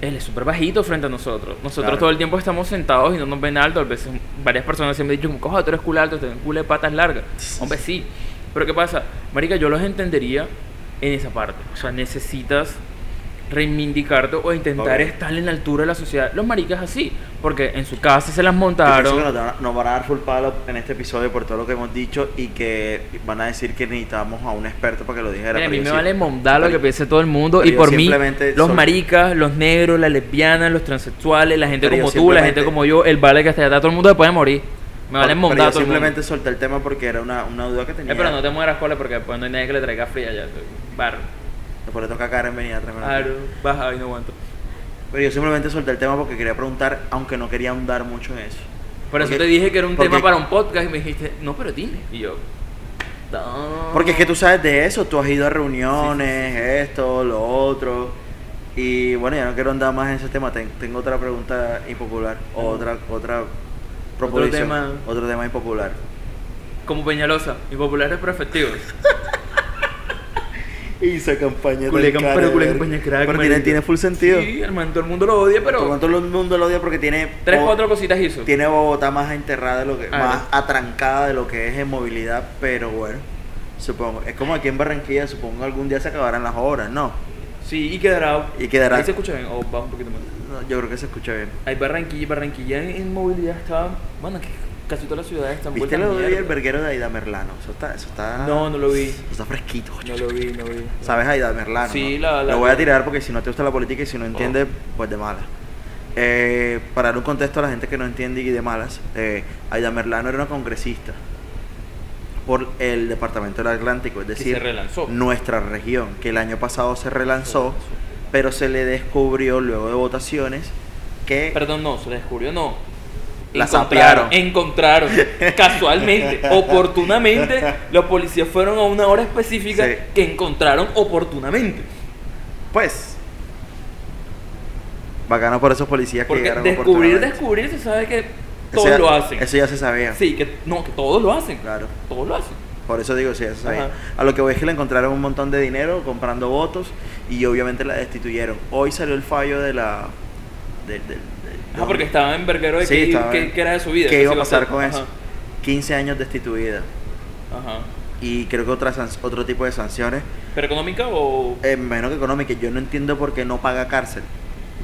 [SPEAKER 1] Él es súper bajito frente a nosotros. Nosotros
[SPEAKER 2] Claro.
[SPEAKER 1] todo el tiempo estamos sentados y no nos ven alto. A veces varias personas siempre han dicho, coja, tú eres culo alto, te ven culo de patas largas. Hombre, sí. Pero ¿qué pasa? Marica, yo los entendería en esa parte. O sea, necesitas reivindicarte o intentar
[SPEAKER 2] Obvio.
[SPEAKER 1] estar en la altura de la sociedad. Los maricas así, porque en su casa se las
[SPEAKER 2] Yo pienso que
[SPEAKER 1] montaron.
[SPEAKER 2] nos, van a- nos van a dar full palo en este episodio por todo lo que hemos dicho y que van a decir que necesitamos a un experto para que lo dijera.
[SPEAKER 1] Mira, a
[SPEAKER 2] pero
[SPEAKER 1] mí
[SPEAKER 2] yo
[SPEAKER 1] me
[SPEAKER 2] sí-
[SPEAKER 1] vale mondar lo
[SPEAKER 2] pero-
[SPEAKER 1] que piense todo el mundo
[SPEAKER 2] pero
[SPEAKER 1] y
[SPEAKER 2] yo
[SPEAKER 1] por mí
[SPEAKER 2] simplemente
[SPEAKER 1] los
[SPEAKER 2] soy-
[SPEAKER 1] maricas, los negros, las lesbianas, los transexuales, la gente
[SPEAKER 2] Pero yo
[SPEAKER 1] como tú, la gente
[SPEAKER 2] simplemente-
[SPEAKER 1] como yo, el vale que hasta allá todo el mundo se puede morir. Me vale
[SPEAKER 2] pero
[SPEAKER 1] mondar
[SPEAKER 2] yo
[SPEAKER 1] todo el mundo.
[SPEAKER 2] simplemente solté el tema porque era una, una duda que tenía.
[SPEAKER 1] Eh, pero no te mueras cole porque después no hay nadie que le traiga fría ya. Barro.
[SPEAKER 2] Después le toca a Karen venir a traerme la-
[SPEAKER 1] Aro, baja y no aguanto.
[SPEAKER 2] Pero yo simplemente solté el tema porque quería preguntar, aunque no quería ahondar mucho en eso.
[SPEAKER 1] Por eso
[SPEAKER 2] Porque-
[SPEAKER 1] te dije que era un
[SPEAKER 2] porque-
[SPEAKER 1] tema para un podcast y me dijiste, no, pero dime. Y yo, "No".
[SPEAKER 2] Porque es que tú sabes de eso, tú has ido a reuniones, esto, lo otro. Y bueno, ya no quiero andar más en ese tema. Ten- tengo otra pregunta impopular, o
[SPEAKER 1] Ujú.
[SPEAKER 2] otra, otra proposición,
[SPEAKER 1] tema.
[SPEAKER 2] otro tema impopular.
[SPEAKER 1] Como Peñalosa, impopulares pero
[SPEAKER 2] <laughs>
[SPEAKER 1] efectivos.
[SPEAKER 2] Hizo campaña
[SPEAKER 1] Culecan, cara, pero culecan, verga. peña crack,
[SPEAKER 2] Pero tiene,
[SPEAKER 1] marica.
[SPEAKER 2] tiene full sentido.
[SPEAKER 1] Sí, hermano, todo el mundo lo odia,
[SPEAKER 2] Por
[SPEAKER 1] pero
[SPEAKER 2] cuanto todo el mundo lo odia porque tiene.
[SPEAKER 1] tres,
[SPEAKER 2] Bo-
[SPEAKER 1] cuatro cositas hizo.
[SPEAKER 2] Tiene Bogotá más enterrada de lo que.
[SPEAKER 1] Ah,
[SPEAKER 2] más
[SPEAKER 1] no.
[SPEAKER 2] atrancada de lo que es en movilidad, pero bueno. Supongo. Es como aquí en Barranquilla, supongo algún día se acabarán las obras, ¿no?
[SPEAKER 1] Sí, y quedará.
[SPEAKER 2] Y quedará-
[SPEAKER 1] Ahí se escucha bien, o baja un poquito más.
[SPEAKER 2] No, Yo creo que se escucha bien.
[SPEAKER 1] Hay Barranquilla, Barranquilla en, en movilidad está. Bueno, que casi todas las ciudades están
[SPEAKER 2] ¿Viste
[SPEAKER 1] vueltas
[SPEAKER 2] lo de hoy el
[SPEAKER 1] mierda.
[SPEAKER 2] verguero de Aida Merlano? Eso está, eso está.
[SPEAKER 1] No, no lo vi.
[SPEAKER 2] eso está fresquito.
[SPEAKER 1] No lo vi, no vi.
[SPEAKER 2] ¿Sabes Aida Merlano?
[SPEAKER 1] Sí,
[SPEAKER 2] no?
[SPEAKER 1] la- la- Oh.
[SPEAKER 2] Lo voy a tirar porque si no te gusta la política y si no entiendes, pues de malas. Eh, para dar un contexto a la gente que no entiende y de malas, eh, Aida Merlano era una congresista por el Departamento del Atlántico, es
[SPEAKER 1] Que
[SPEAKER 2] decir,
[SPEAKER 1] se relanzó.
[SPEAKER 2] nuestra región, que el año pasado se relanzó, pero se le descubrió luego de votaciones que
[SPEAKER 1] Perdón, no, se la descubrió, no.
[SPEAKER 2] La
[SPEAKER 1] Encontraron,
[SPEAKER 2] sapearon. <laughs>
[SPEAKER 1] Encontraron, casualmente, oportunamente, los policías fueron a una hora específica
[SPEAKER 2] Sí.
[SPEAKER 1] que encontraron oportunamente.
[SPEAKER 2] Pues. Bacano por esos policías que
[SPEAKER 1] Porque
[SPEAKER 2] llegaron
[SPEAKER 1] descubrir,
[SPEAKER 2] oportunamente.
[SPEAKER 1] descubrir, se sabe que
[SPEAKER 2] Eso
[SPEAKER 1] todos
[SPEAKER 2] ya-
[SPEAKER 1] lo hacen.
[SPEAKER 2] Eso ya se sabía.
[SPEAKER 1] Sí, que no, que todos lo hacen.
[SPEAKER 2] Claro.
[SPEAKER 1] Todos lo hacen.
[SPEAKER 2] Por eso digo, sí, ya se sabía.
[SPEAKER 1] Ajá.
[SPEAKER 2] A lo que voy es que le encontraron un montón de dinero comprando votos y obviamente la destituyeron. Hoy salió el fallo de la. De, de- de-
[SPEAKER 1] Ah, porque estaba en verguero de
[SPEAKER 2] Sí,
[SPEAKER 1] que,
[SPEAKER 2] estaba en-
[SPEAKER 1] era de su vida.
[SPEAKER 2] ¿Qué
[SPEAKER 1] que
[SPEAKER 2] iba a
[SPEAKER 1] se
[SPEAKER 2] pasar
[SPEAKER 1] hacer.
[SPEAKER 2] con
[SPEAKER 1] Ajá,
[SPEAKER 2] eso? 15 años destituida.
[SPEAKER 1] Ajá.
[SPEAKER 2] Y creo que otra, san- otro tipo de sanciones.
[SPEAKER 1] ¿Pero económica o...?
[SPEAKER 2] eh, menos que económica. Yo no entiendo por qué no paga cárcel.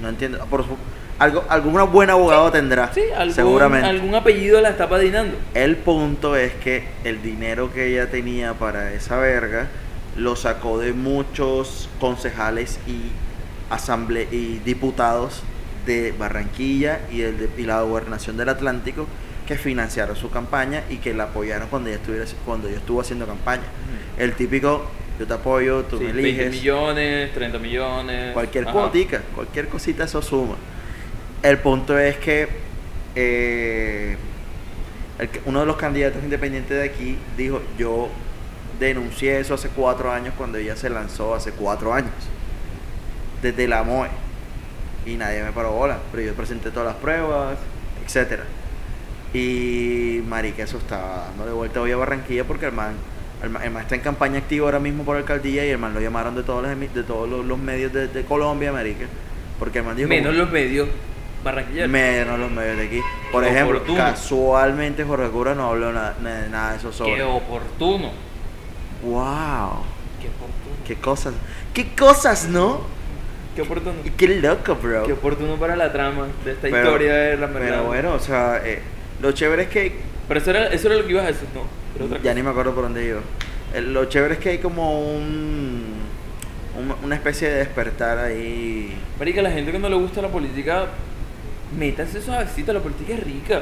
[SPEAKER 2] No entiendo. Por, su- algo, alguna buena abogado tendrá.
[SPEAKER 1] sí, algún,
[SPEAKER 2] seguramente.
[SPEAKER 1] algún apellido la está patinando.
[SPEAKER 2] El punto es que el dinero que ella tenía para esa verga lo sacó de muchos concejales y asamble y diputados de Barranquilla y, el de- y la gobernación del Atlántico que financiaron su campaña y que la apoyaron cuando ella estuviera cuando yo estuvo haciendo campaña. El típico yo te apoyo, tú
[SPEAKER 1] Sí,
[SPEAKER 2] me
[SPEAKER 1] 20
[SPEAKER 2] eliges.
[SPEAKER 1] millones, 30 millones.
[SPEAKER 2] Cualquier
[SPEAKER 1] Eh, ajá.
[SPEAKER 2] cuotica, cualquier cosita eso suma. El punto es que eh, el que- uno de los candidatos independientes de aquí dijo, yo denuncié eso hace cuatro años cuando ella se lanzó hace cuatro años, desde la MOE, y nadie me paró bola, pero yo presenté todas las pruebas, etcétera. Y marica, eso estaba dándole vuelta hoy a Barranquilla porque el man, el man, el man está en campaña activa ahora mismo por alcaldía y el man lo llamaron de todos los, emi- de todos los, los medios de, de Colombia, marica. Porque el man dijo...
[SPEAKER 1] Menos
[SPEAKER 2] como-
[SPEAKER 1] los medios barranquilleros.
[SPEAKER 2] menos los medios de aquí. Por
[SPEAKER 1] Qué
[SPEAKER 2] ejemplo,
[SPEAKER 1] oportuno.
[SPEAKER 2] casualmente Jorge Cura no habló na- na- de nada de eso sobre...
[SPEAKER 1] Qué oportuno.
[SPEAKER 2] ¡Wow!
[SPEAKER 1] Qué oportuno.
[SPEAKER 2] ¡Qué cosas! ¡Qué cosas, no!
[SPEAKER 1] Qué oportuno.
[SPEAKER 2] Y ¡Qué loco, bro!
[SPEAKER 1] Qué oportuno para la trama de esta
[SPEAKER 2] Pero-
[SPEAKER 1] historia de la
[SPEAKER 2] Pero bueno, o sea, eh, lo chévere es que
[SPEAKER 1] Pero eso era, eso era lo que ibas a decir, ¿no? Era otra
[SPEAKER 2] Ya
[SPEAKER 1] cosa.
[SPEAKER 2] ni me acuerdo por dónde iba. Eh, Lo chévere es que hay como un, un- una especie de despertar ahí.
[SPEAKER 1] Marica, la gente que no le gusta la política, métanse eso a la política es rica.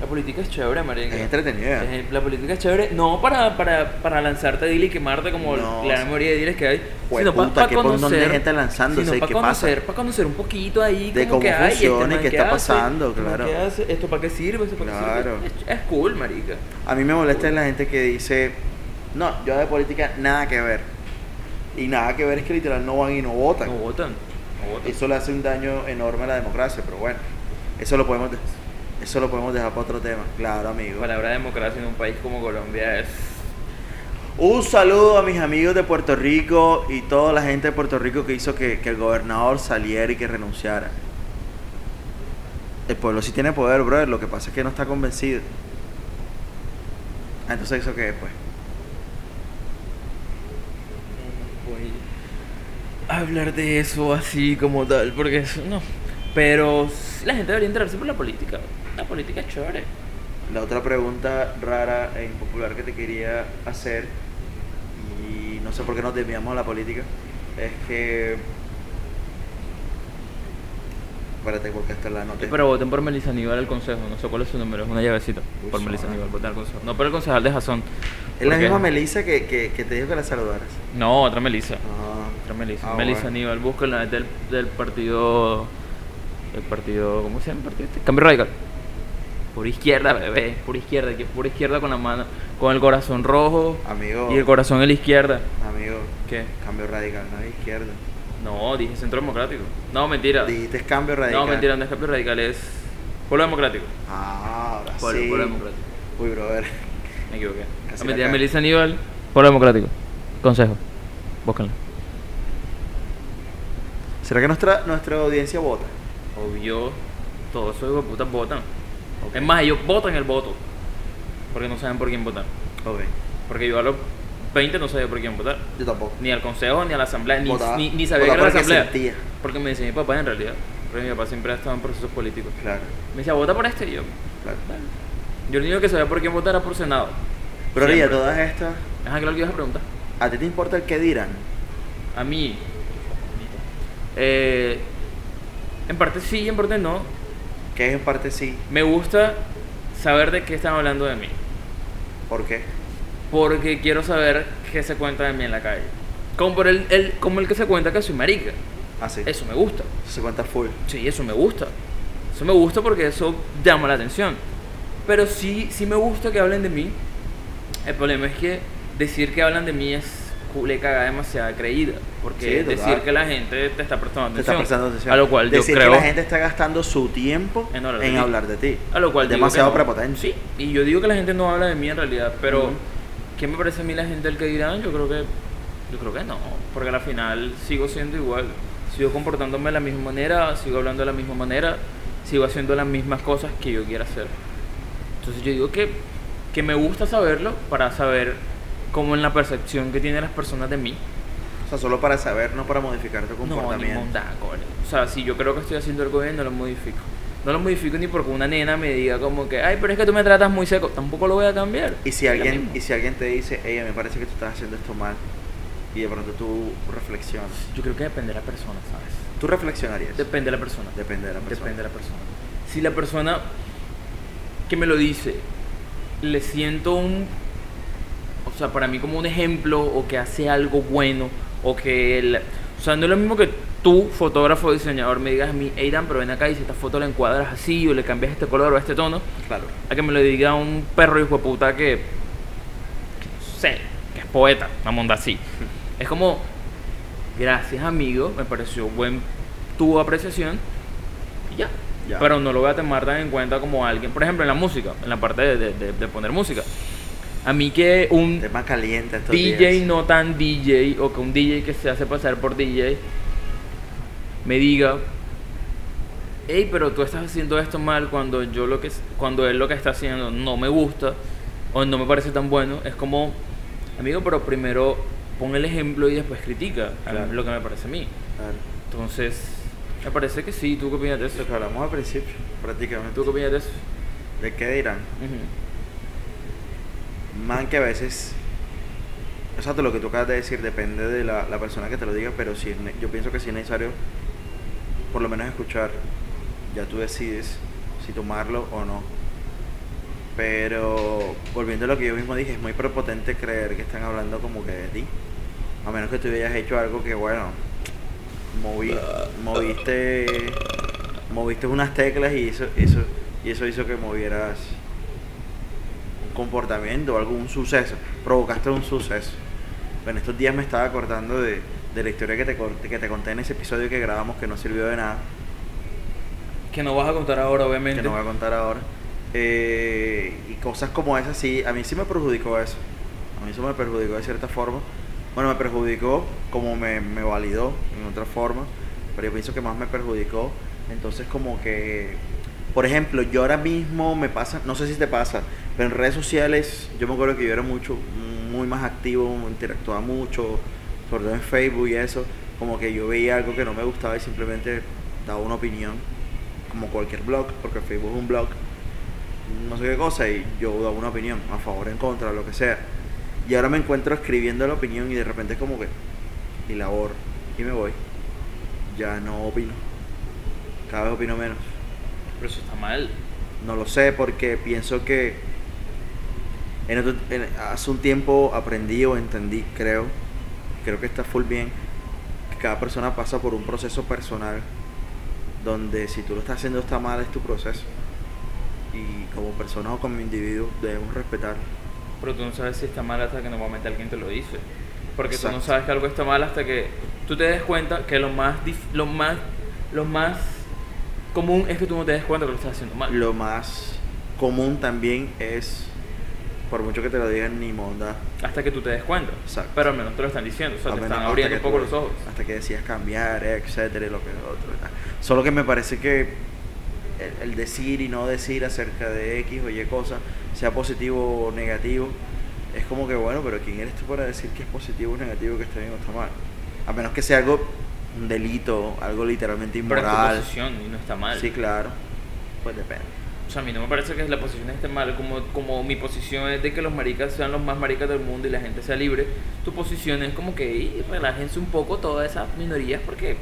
[SPEAKER 1] La política es chévere, marica.
[SPEAKER 2] Es entretenida.
[SPEAKER 1] Es- La política es chévere, no para, para, para lanzarte a deal y quemarte como
[SPEAKER 2] No,
[SPEAKER 1] la
[SPEAKER 2] sí.
[SPEAKER 1] memoria de deals que hay,
[SPEAKER 2] Jue puta,
[SPEAKER 1] para
[SPEAKER 2] qué montón de
[SPEAKER 1] conocer,
[SPEAKER 2] gente lanzándose,
[SPEAKER 1] sino
[SPEAKER 2] ¿qué
[SPEAKER 1] para
[SPEAKER 2] pasa?
[SPEAKER 1] conocer, para conocer un poquito ahí
[SPEAKER 2] De
[SPEAKER 1] como
[SPEAKER 2] cómo
[SPEAKER 1] que hay, este
[SPEAKER 2] funciona y
[SPEAKER 1] man
[SPEAKER 2] qué
[SPEAKER 1] que
[SPEAKER 2] está
[SPEAKER 1] hace,
[SPEAKER 2] pasando,
[SPEAKER 1] este man
[SPEAKER 2] claro.
[SPEAKER 1] que hace, esto para qué sirve, esto para
[SPEAKER 2] Claro.
[SPEAKER 1] qué sirve. Es, es cool, marica.
[SPEAKER 2] A mí me molesta la gente que dice, no, yo de política nada que ver. Y nada que ver es que literal no van y no votan.
[SPEAKER 1] No votan, no votan.
[SPEAKER 2] Eso le hace un daño enorme a la democracia, pero bueno. Eso lo podemos, de- eso lo podemos dejar para otro tema. Claro, amigo.
[SPEAKER 1] Palabra democracia en un país como Colombia es
[SPEAKER 2] Un saludo a mis amigos de Puerto Rico y toda la gente de Puerto Rico que hizo que, que el gobernador saliera y que renunciara. El pueblo sí tiene poder, brother. Lo que pasa es que no está convencido. Ah, Entonces, ¿eso qué es, pues?
[SPEAKER 1] voy a hablar de eso así como tal, porque eso no. Pero sí, la gente debería enterarse por la política. La política es chévere.
[SPEAKER 2] La otra pregunta rara e impopular que te quería hacer, y no sé por qué nos desviamos a la política, es que. Espérate, porque esta la nota.
[SPEAKER 1] Pero voten por Melissa Aníbal al consejo. No sé cuál es su número, es una llavecita.
[SPEAKER 2] Uy,
[SPEAKER 1] Por Melissa
[SPEAKER 2] suave.
[SPEAKER 1] Aníbal, voten al consejo. No por el concejal de Jazón.
[SPEAKER 2] Es la
[SPEAKER 1] porque-
[SPEAKER 2] misma Melissa que, que, que te dijo que la saludaras.
[SPEAKER 1] No, otra Melissa.
[SPEAKER 2] Ah,
[SPEAKER 1] Otra Melissa.
[SPEAKER 2] Ah,
[SPEAKER 1] Melissa
[SPEAKER 2] bueno.
[SPEAKER 1] Aníbal, búsquenla es del, del partido. El partido. ¿Cómo se llama el partido este? Cambio radical. Por izquierda, bebé. Por izquierda, que es por izquierda con la mano. Con el corazón rojo.
[SPEAKER 2] Amigo,
[SPEAKER 1] Y el corazón en la izquierda.
[SPEAKER 2] amigo,
[SPEAKER 1] ¿Qué?
[SPEAKER 2] cambio radical, no es izquierda.
[SPEAKER 1] No, dije centro democrático. No, mentira.
[SPEAKER 2] Dijiste cambio radical.
[SPEAKER 1] No, mentira, no es cambio radical, es pueblo democrático.
[SPEAKER 2] Ah, ahora
[SPEAKER 1] Pueblo,
[SPEAKER 2] sí.
[SPEAKER 1] pueblo democrático.
[SPEAKER 2] Uy, brother.
[SPEAKER 1] Me equivoqué. No,
[SPEAKER 2] Casi la
[SPEAKER 1] mentira,
[SPEAKER 2] cago.
[SPEAKER 1] Melissa Aníbal, pueblo democrático. Consejo. Búsquenla.
[SPEAKER 2] ¿Será que nuestra, nuestra audiencia vota?
[SPEAKER 1] Obvio, todos esos hijos de putas votan.
[SPEAKER 2] Ok.
[SPEAKER 1] Es más, ellos votan el voto. Porque no saben por quién votar.
[SPEAKER 2] Ok.
[SPEAKER 1] Porque yo a los 20 no sabía por quién votar.
[SPEAKER 2] Yo tampoco.
[SPEAKER 1] Ni al consejo, ni a la asamblea, ni,
[SPEAKER 2] Votaba-
[SPEAKER 1] ni, ni sabía que
[SPEAKER 2] votaba
[SPEAKER 1] era la
[SPEAKER 2] porque
[SPEAKER 1] asamblea.
[SPEAKER 2] sentía.
[SPEAKER 1] Porque me decía mi papá en realidad. Porque mi papá siempre ha estado en procesos políticos.
[SPEAKER 2] Claro,
[SPEAKER 1] Me decía, vota por este y yo.
[SPEAKER 2] claro.
[SPEAKER 1] Yo lo único que sabía por quién votar era por Senado.
[SPEAKER 2] Pero
[SPEAKER 1] Siempre.
[SPEAKER 2] ya todas estas,
[SPEAKER 1] Ajá, claro que ibas a preguntar.
[SPEAKER 2] ¿a ti te importa el qué dirán?
[SPEAKER 1] A mí. eh, en parte sí y en parte no.
[SPEAKER 2] Que es en parte sí.
[SPEAKER 1] Me gusta saber de qué están hablando de mí.
[SPEAKER 2] ¿Por qué?
[SPEAKER 1] Porque quiero saber qué se cuenta de mí en la calle. Como, por el, el- como el que se cuenta que soy marica.
[SPEAKER 2] Así.
[SPEAKER 1] Eso me gusta.
[SPEAKER 2] Ah, Se cuenta full.
[SPEAKER 1] Sí, eso me gusta. Eso me gusta porque eso llama la atención. Pero sí, sí me gusta que hablen de mí. El problema es que decir que hablan de mí es culé cagada demasiado creída. Porque
[SPEAKER 2] Sí,
[SPEAKER 1] es
[SPEAKER 2] total.
[SPEAKER 1] decir que la gente te está prestando atención.
[SPEAKER 2] Te está prestando atención.
[SPEAKER 1] A lo cual
[SPEAKER 2] Decir
[SPEAKER 1] yo creo.
[SPEAKER 2] que la gente está gastando su tiempo
[SPEAKER 1] En
[SPEAKER 2] en
[SPEAKER 1] hablar
[SPEAKER 2] hablar
[SPEAKER 1] de
[SPEAKER 2] de,
[SPEAKER 1] ti.
[SPEAKER 2] ti.
[SPEAKER 1] A lo cual digo
[SPEAKER 2] Demasiado
[SPEAKER 1] que no.
[SPEAKER 2] prepotente.
[SPEAKER 1] Sí, y yo digo que la gente no habla de mí en realidad, pero
[SPEAKER 2] Ujú.
[SPEAKER 1] ¿qué me parece a mí la gente del que dirán? Yo creo que yo creo que no, porque al final sigo siendo igual, sigo comportándome de la misma manera, sigo hablando de la misma manera, sigo haciendo las mismas cosas que yo quiera hacer. Entonces yo digo que que me gusta saberlo para saber cómo es la percepción que tienen las personas de mí.
[SPEAKER 2] O sea, solo para saber, no para modificar
[SPEAKER 1] No,
[SPEAKER 2] tu
[SPEAKER 1] ni
[SPEAKER 2] comportamiento.
[SPEAKER 1] mondá, coño. O sea, si yo creo que estoy haciendo algo bien, no lo modifico. No lo modifico ni porque una nena me diga como que, ay, pero es que tú me tratas muy seco. Tampoco lo voy a cambiar.
[SPEAKER 2] Y si
[SPEAKER 1] Es lo
[SPEAKER 2] alguien,
[SPEAKER 1] mismo.
[SPEAKER 2] y si alguien te dice, hey, me parece que tú estás haciendo esto mal, y de pronto tú reflexionas,
[SPEAKER 1] Yo creo que depende de la persona, ¿sabes?
[SPEAKER 2] ¿tú reflexionarías?
[SPEAKER 1] Depende de la persona.
[SPEAKER 2] Depende de la persona.
[SPEAKER 1] Depende de la persona. Si la persona que me lo dice le siento un. O sea, para mí como un ejemplo, o que hace algo bueno, o que. el- o sea, no es lo mismo que tú, fotógrafo o diseñador, me digas a mí, Aidan, pero ven acá y si esta foto la encuadras así, o le cambias este color o este tono,
[SPEAKER 2] Claro.
[SPEAKER 1] a que me lo diga un perro hijo de puta que. que no sé, que es poeta, una monda así. Es como. Gracias, amigo, me pareció buen tu apreciación, y ya.
[SPEAKER 2] Ya.
[SPEAKER 1] Pero no lo voy a tomar tan en cuenta como alguien, por ejemplo, en la música, en la parte de, de- de- de poner música. A mí que un
[SPEAKER 2] Tema caliente estos
[SPEAKER 1] DJ
[SPEAKER 2] días.
[SPEAKER 1] no tan DJ o que un DJ que se hace pasar por DJ me diga, hey, pero tú estás haciendo esto mal cuando yo lo que cuando él lo que está haciendo no me gusta o no me parece tan bueno, es como, amigo, pero primero pon el ejemplo y después critica a mí
[SPEAKER 2] Claro.
[SPEAKER 1] lo que me parece a mí.
[SPEAKER 2] Claro.
[SPEAKER 1] Entonces, me parece que sí, ¿tú qué opinas de eso?
[SPEAKER 2] Eso que hablamos al principio, prácticamente.
[SPEAKER 1] ¿Tú qué opinas de eso?
[SPEAKER 2] ¿De qué dirán?
[SPEAKER 1] Ujú.
[SPEAKER 2] Man, que a veces. Exacto, lo que tú acabas de decir depende de la, la persona que te lo diga, pero sí, es ne- yo pienso que sí es necesario por lo menos escuchar. Ya tú decides si tomarlo o no. Pero volviendo a lo que yo mismo dije, es muy prepotente creer que están hablando como que de ti. A menos que tú hayas hecho algo que, bueno, movi- moviste, moviste unas teclas y eso, eso, y eso hizo que movieras un comportamiento, algún suceso, provocaste un suceso. En estos días me estaba acordando de, de la historia que te, cor- que te conté en ese episodio que grabamos que no sirvió de nada.
[SPEAKER 1] Que no vas a contar ahora, obviamente.
[SPEAKER 2] que no voy a contar ahora. Eh, y cosas como esas, sí, a mí sí me perjudicó eso. A mí eso me perjudicó de cierta forma. Bueno, me perjudicó como me, me validó en otra forma, pero yo pienso que más me perjudicó. Entonces como que, por ejemplo, yo ahora mismo me pasa, no sé si te pasa, pero en redes sociales yo me acuerdo que yo era mucho, muy más activo, interactuaba mucho, sobre todo en Facebook y eso, como que yo veía algo que no me gustaba y simplemente daba una opinión como cualquier blog, porque Facebook es un blog, no sé qué cosa, y yo daba una opinión, a favor, en contra, lo que sea. Y ahora me encuentro escribiendo la opinión y de repente es como que y la borro y me voy. Ya no opino. Cada vez opino menos.
[SPEAKER 1] Pero eso está mal.
[SPEAKER 2] No lo sé porque pienso que en otro- en- hace un tiempo aprendí o entendí, creo, creo que está full bien, que cada persona pasa por un proceso personal donde si tú lo estás haciendo está mal es tu proceso. Y como persona o como individuo debemos respetar.
[SPEAKER 1] Pero tú no sabes si está mal hasta que normalmente alguien te lo dice. Porque tú no
[SPEAKER 2] Exacto.
[SPEAKER 1] sabes que algo está mal hasta que tú te des cuenta que lo más, dif- lo más, lo más común es que tú no te des cuenta que lo estás haciendo mal.
[SPEAKER 2] Lo más común también es, por mucho que te lo digan, ni monda.
[SPEAKER 1] Hasta que tú te des cuenta.
[SPEAKER 2] Exacto.
[SPEAKER 1] Pero al menos te lo están diciendo. O sea,
[SPEAKER 2] Al
[SPEAKER 1] te
[SPEAKER 2] menos
[SPEAKER 1] están
[SPEAKER 2] hasta
[SPEAKER 1] abriendo un
[SPEAKER 2] que
[SPEAKER 1] poco
[SPEAKER 2] tú- Ah,
[SPEAKER 1] los ojos.
[SPEAKER 2] Hasta que decías cambiar, etcétera, y lo que otro. y tal. Solo que me parece que el, el decir y no decir acerca de X o Y cosa, sea positivo o negativo, es como que bueno, pero ¿quién eres tú para decir que es positivo o negativo, que está bien o está mal? A menos que sea algo, un delito, algo literalmente
[SPEAKER 1] Pero es tu
[SPEAKER 2] inmoral.
[SPEAKER 1] posición y no está mal.
[SPEAKER 2] Sí, claro. Pues depende.
[SPEAKER 1] O sea, a mí no me parece que la posición esté mal. Como, como mi posición es de que los maricas sean los más maricas del mundo y la gente sea libre, tu posición es como que "Ey, relájense un poco todas esas minorías porque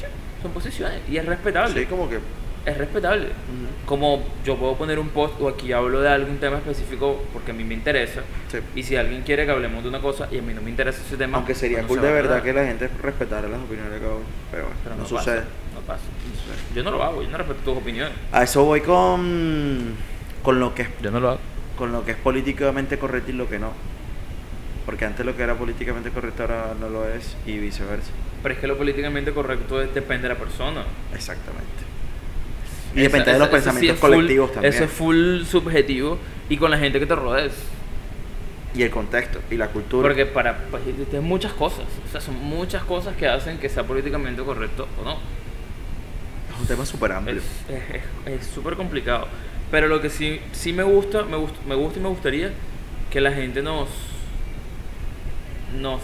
[SPEAKER 1] che, son posiciones y es respetable.
[SPEAKER 2] Sí, como que.
[SPEAKER 1] Es respetable.
[SPEAKER 2] Ujú.
[SPEAKER 1] Como yo puedo poner un post o aquí hablo de algún tema específico porque a mí me interesa.
[SPEAKER 2] sí.
[SPEAKER 1] Y si alguien quiere que hablemos de una cosa y a mí no me interesa ese tema,
[SPEAKER 2] Aunque sería
[SPEAKER 1] pues no
[SPEAKER 2] cool
[SPEAKER 1] se
[SPEAKER 2] de
[SPEAKER 1] va a
[SPEAKER 2] verdad
[SPEAKER 1] hablar.
[SPEAKER 2] que la gente respetara las opiniones de cada uno. Pero bueno,
[SPEAKER 1] Pero
[SPEAKER 2] no,
[SPEAKER 1] no, pasa,
[SPEAKER 2] sucede.
[SPEAKER 1] No pasa.
[SPEAKER 2] No sucede.
[SPEAKER 1] Yo no lo hago, yo no respeto tus opiniones.
[SPEAKER 2] A eso voy con, con, lo que es,
[SPEAKER 1] Yo no lo hago.
[SPEAKER 2] con lo que es políticamente correcto y lo que no. Porque antes lo que era políticamente correcto ahora no lo es y viceversa.
[SPEAKER 1] Pero es que lo políticamente correcto es- depende de la persona.
[SPEAKER 2] Exactamente. Y
[SPEAKER 1] Esa-
[SPEAKER 2] depende de los
[SPEAKER 1] esa- eso sí
[SPEAKER 2] pensamientos
[SPEAKER 1] es full-
[SPEAKER 2] colectivos también.
[SPEAKER 1] Eso es full subjetivo y con la gente que te rodees.
[SPEAKER 2] Y el contexto y la cultura.
[SPEAKER 1] Porque para pues, existen muchas cosas. O sea, son muchas cosas que hacen que sea políticamente correcto o no.
[SPEAKER 2] es un tema súper amplio.
[SPEAKER 1] Es es- es súper complicado. Pero lo que sí, sí me gusta, me gusta, me gusta y me gustaría que la gente nos. Nos.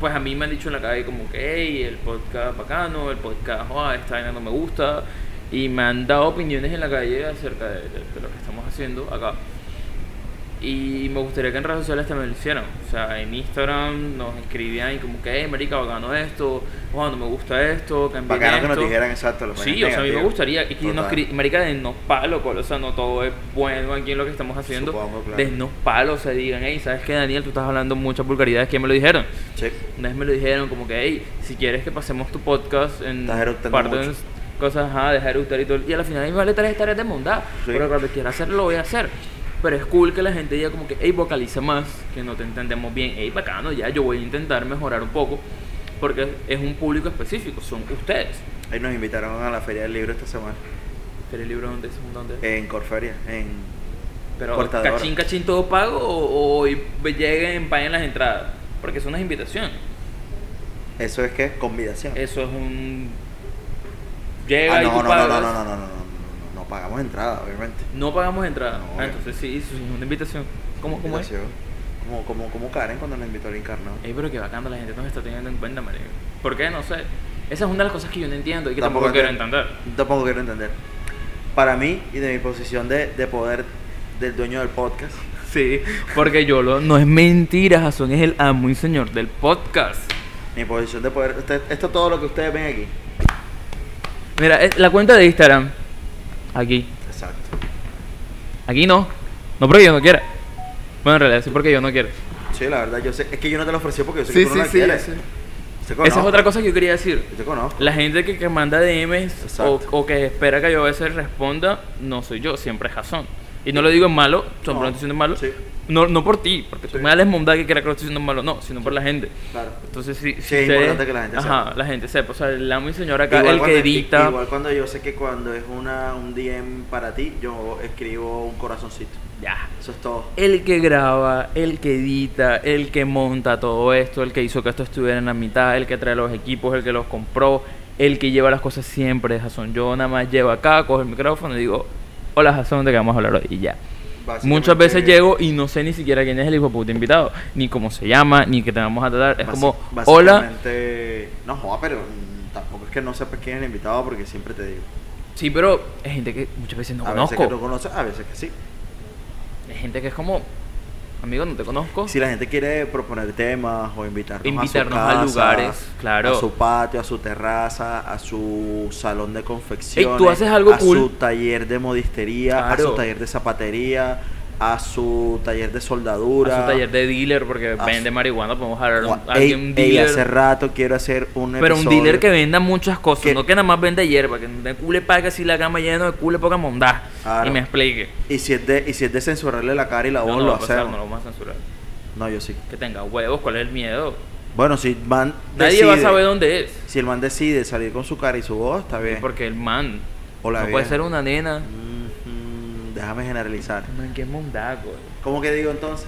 [SPEAKER 1] Pues a mí me han dicho en la calle como que, hey, el podcast bacano, el podcast, ah, esta vaina no me gusta. Y me han dado opiniones en la calle acerca de, de- de lo que estamos haciendo acá. Y me gustaría que en redes sociales también lo hicieran. O sea, en Instagram nos escribían y como que, hey, marica, bacano esto, oh, no me gusta esto, cambien
[SPEAKER 2] Bacano que
[SPEAKER 1] esto.
[SPEAKER 2] nos dijeran exacto lo
[SPEAKER 1] Sí, o sea, a mí me gustaría. Y que nos cri-
[SPEAKER 2] Total.
[SPEAKER 1] marica, dennos palos, col- o sea, no todo es bueno aquí en lo que estamos haciendo.
[SPEAKER 2] Supongo, claro.
[SPEAKER 1] Dennos palos, se digan, hey, ¿sabes qué, Daniel? Tú estás hablando muchas vulgaridades. ¿Quién me lo dijeron?
[SPEAKER 2] Sí.
[SPEAKER 1] Una vez me lo dijeron, como que, hey, si quieres que pasemos tu podcast en
[SPEAKER 2] Estás eructando mucho.
[SPEAKER 1] de cosas, ajá, dejar eructar y todo. Y al final a mí me vale tres hectáreas de mondá.
[SPEAKER 2] Sí.
[SPEAKER 1] Pero cuando quiera hacerlo, lo voy a hacer. Pero es cool que la gente diga, como que, hey, vocaliza más, que no te entendemos bien. Hey, bacano, ya, yo voy a intentar mejorar un poco. Porque es un público específico, son ustedes.
[SPEAKER 2] Ahí nos invitaron a la Feria del Libro esta semana.
[SPEAKER 1] Pero el libro donde es donde
[SPEAKER 2] En Corferia. En...
[SPEAKER 1] Pero
[SPEAKER 2] Cortadora.
[SPEAKER 1] cachín cachín todo pago o, o y lleguen, paguen las entradas. Porque eso no es invitación.
[SPEAKER 2] Eso es que es convidación.
[SPEAKER 1] Eso es un
[SPEAKER 2] Ah,
[SPEAKER 1] llega y tú
[SPEAKER 2] no, no, no,
[SPEAKER 1] pagas.
[SPEAKER 2] no, no, no, no, no, no, no, no pagamos entrada, obviamente.
[SPEAKER 1] No pagamos entrada.
[SPEAKER 2] No,
[SPEAKER 1] ah,
[SPEAKER 2] obvio.
[SPEAKER 1] entonces sí, eso sí es una invitación. ¿Cómo, cómo es?
[SPEAKER 2] Invitación. Como, como, como Karen cuando nos invitó al encarnado.
[SPEAKER 1] Ey, pero qué bacán, la gente no está teniendo en cuenta, marico. ¿Por qué? No sé. Esa es una de las cosas que yo no entiendo y que tampoco, quiero entender. <laughs>
[SPEAKER 2] Tampoco quiero entender. Para mí y de mi posición de, de poder del dueño del podcast,
[SPEAKER 1] Sí, porque yo lo, no es mentira, Jason es el amo y señor del podcast.
[SPEAKER 2] mi posición de poder, usted- esto es todo lo que ustedes ven aquí.
[SPEAKER 1] Mira, es- la cuenta de Instagram. Aquí.
[SPEAKER 2] Exacto.
[SPEAKER 1] Aquí no. No porque yo no quiera. Bueno, en realidad sí porque yo no quiero.
[SPEAKER 2] Sí, la verdad, yo sé, es que yo no te lo ofrecí porque yo sé
[SPEAKER 1] Sí,
[SPEAKER 2] que tú no
[SPEAKER 1] sí,
[SPEAKER 2] la
[SPEAKER 1] sí,
[SPEAKER 2] quieres.
[SPEAKER 1] yo sé. Esa
[SPEAKER 2] Te
[SPEAKER 1] es
[SPEAKER 2] conozco,
[SPEAKER 1] otra cosa que yo quería decir.
[SPEAKER 2] Yo te conozco.
[SPEAKER 1] La gente que, que manda DMs o,
[SPEAKER 2] Exacto.
[SPEAKER 1] o que espera que yo a veces responda, no soy yo, siempre es Jason. Y no lo digo en malo, son
[SPEAKER 2] No,
[SPEAKER 1] no, diciendo en malo.
[SPEAKER 2] sí.
[SPEAKER 1] No, no por ti, porque tú
[SPEAKER 2] Sí.
[SPEAKER 1] me das la mondad que creas que lo estoy diciendo en malo, no, sino por la gente.
[SPEAKER 2] Claro.
[SPEAKER 1] Entonces, sí,
[SPEAKER 2] Sí, es importante que la gente
[SPEAKER 1] Ajá,
[SPEAKER 2] sepa.
[SPEAKER 1] la gente sepa. O sea, el amo y señor acá,
[SPEAKER 2] Igual
[SPEAKER 1] el
[SPEAKER 2] cuando-
[SPEAKER 1] que edita.
[SPEAKER 2] Igual cuando yo sé que cuando es una, un DM para ti, yo escribo un corazoncito.
[SPEAKER 1] Ya.
[SPEAKER 2] Eso es todo.
[SPEAKER 1] El que graba, el que edita, el que monta todo esto, el que hizo que esto estuviera en la mitad, el que trae los equipos, el que los compró, el que lleva las cosas siempre, Jason. Yo nada más llevo acá, cojo el micrófono y digo, hola Jason, de qué vamos a hablar hoy y ya.
[SPEAKER 2] Básicamente-
[SPEAKER 1] Muchas veces llego y no sé ni siquiera quién es el hijo de puta invitado, ni cómo se llama, ni qué te vamos a tratar. Es
[SPEAKER 2] Basi-
[SPEAKER 1] como, hola.
[SPEAKER 2] básicamente- No joda, pero mm, tampoco es que no sepas quién es el invitado porque siempre te digo.
[SPEAKER 1] Sí, pero es gente que muchas veces no
[SPEAKER 2] a
[SPEAKER 1] conozco.
[SPEAKER 2] veces que lo conoces, a veces que sí.
[SPEAKER 1] Hay gente que es como, amigo, no te conozco.
[SPEAKER 2] Si la gente quiere proponer temas o invitarnos,
[SPEAKER 1] Oh. Invitarnos
[SPEAKER 2] a,
[SPEAKER 1] a
[SPEAKER 2] su casa,
[SPEAKER 1] lugares, claro.
[SPEAKER 2] a su patio, a su terraza, a su salón de confección,
[SPEAKER 1] Ey, tú haces algo
[SPEAKER 2] a su
[SPEAKER 1] cool.
[SPEAKER 2] taller de modistería, a
[SPEAKER 1] Claro.
[SPEAKER 2] su taller de zapatería, a su taller de soldadura.
[SPEAKER 1] a su taller de dealer porque
[SPEAKER 2] a
[SPEAKER 1] vende
[SPEAKER 2] su-
[SPEAKER 1] marihuana, podemos hablar
[SPEAKER 2] O-
[SPEAKER 1] a
[SPEAKER 2] ey,
[SPEAKER 1] alguien un
[SPEAKER 2] ey,
[SPEAKER 1] dealer.
[SPEAKER 2] hace rato quiero hacer un
[SPEAKER 1] pero un
[SPEAKER 2] episodio-
[SPEAKER 1] dealer que venda muchas cosas,
[SPEAKER 2] que-
[SPEAKER 1] no que nada más venda hierba, que de cule paga así la cama llena de cule poca mondá.
[SPEAKER 2] Claro.
[SPEAKER 1] Y me explique.
[SPEAKER 2] y si es de y si es de censurarle la cara y la
[SPEAKER 1] No,
[SPEAKER 2] voz
[SPEAKER 1] no
[SPEAKER 2] lo
[SPEAKER 1] va a pasar,
[SPEAKER 2] hacemos.
[SPEAKER 1] no lo vamos a censurar.
[SPEAKER 2] No, yo sí.
[SPEAKER 1] Que tenga huevos, ¿cuál es el miedo?
[SPEAKER 2] Bueno, si el man
[SPEAKER 1] Nadie
[SPEAKER 2] decide,
[SPEAKER 1] va a saber dónde es.
[SPEAKER 2] si el man decide salir con su cara y su voz, está bien.
[SPEAKER 1] Porque el man
[SPEAKER 2] O la
[SPEAKER 1] no puede
[SPEAKER 2] vieja.
[SPEAKER 1] ser una nena.
[SPEAKER 2] Mm, mm, déjame generalizar.
[SPEAKER 1] Man, qué mondá, güey.
[SPEAKER 2] ¿Cómo que digo entonces?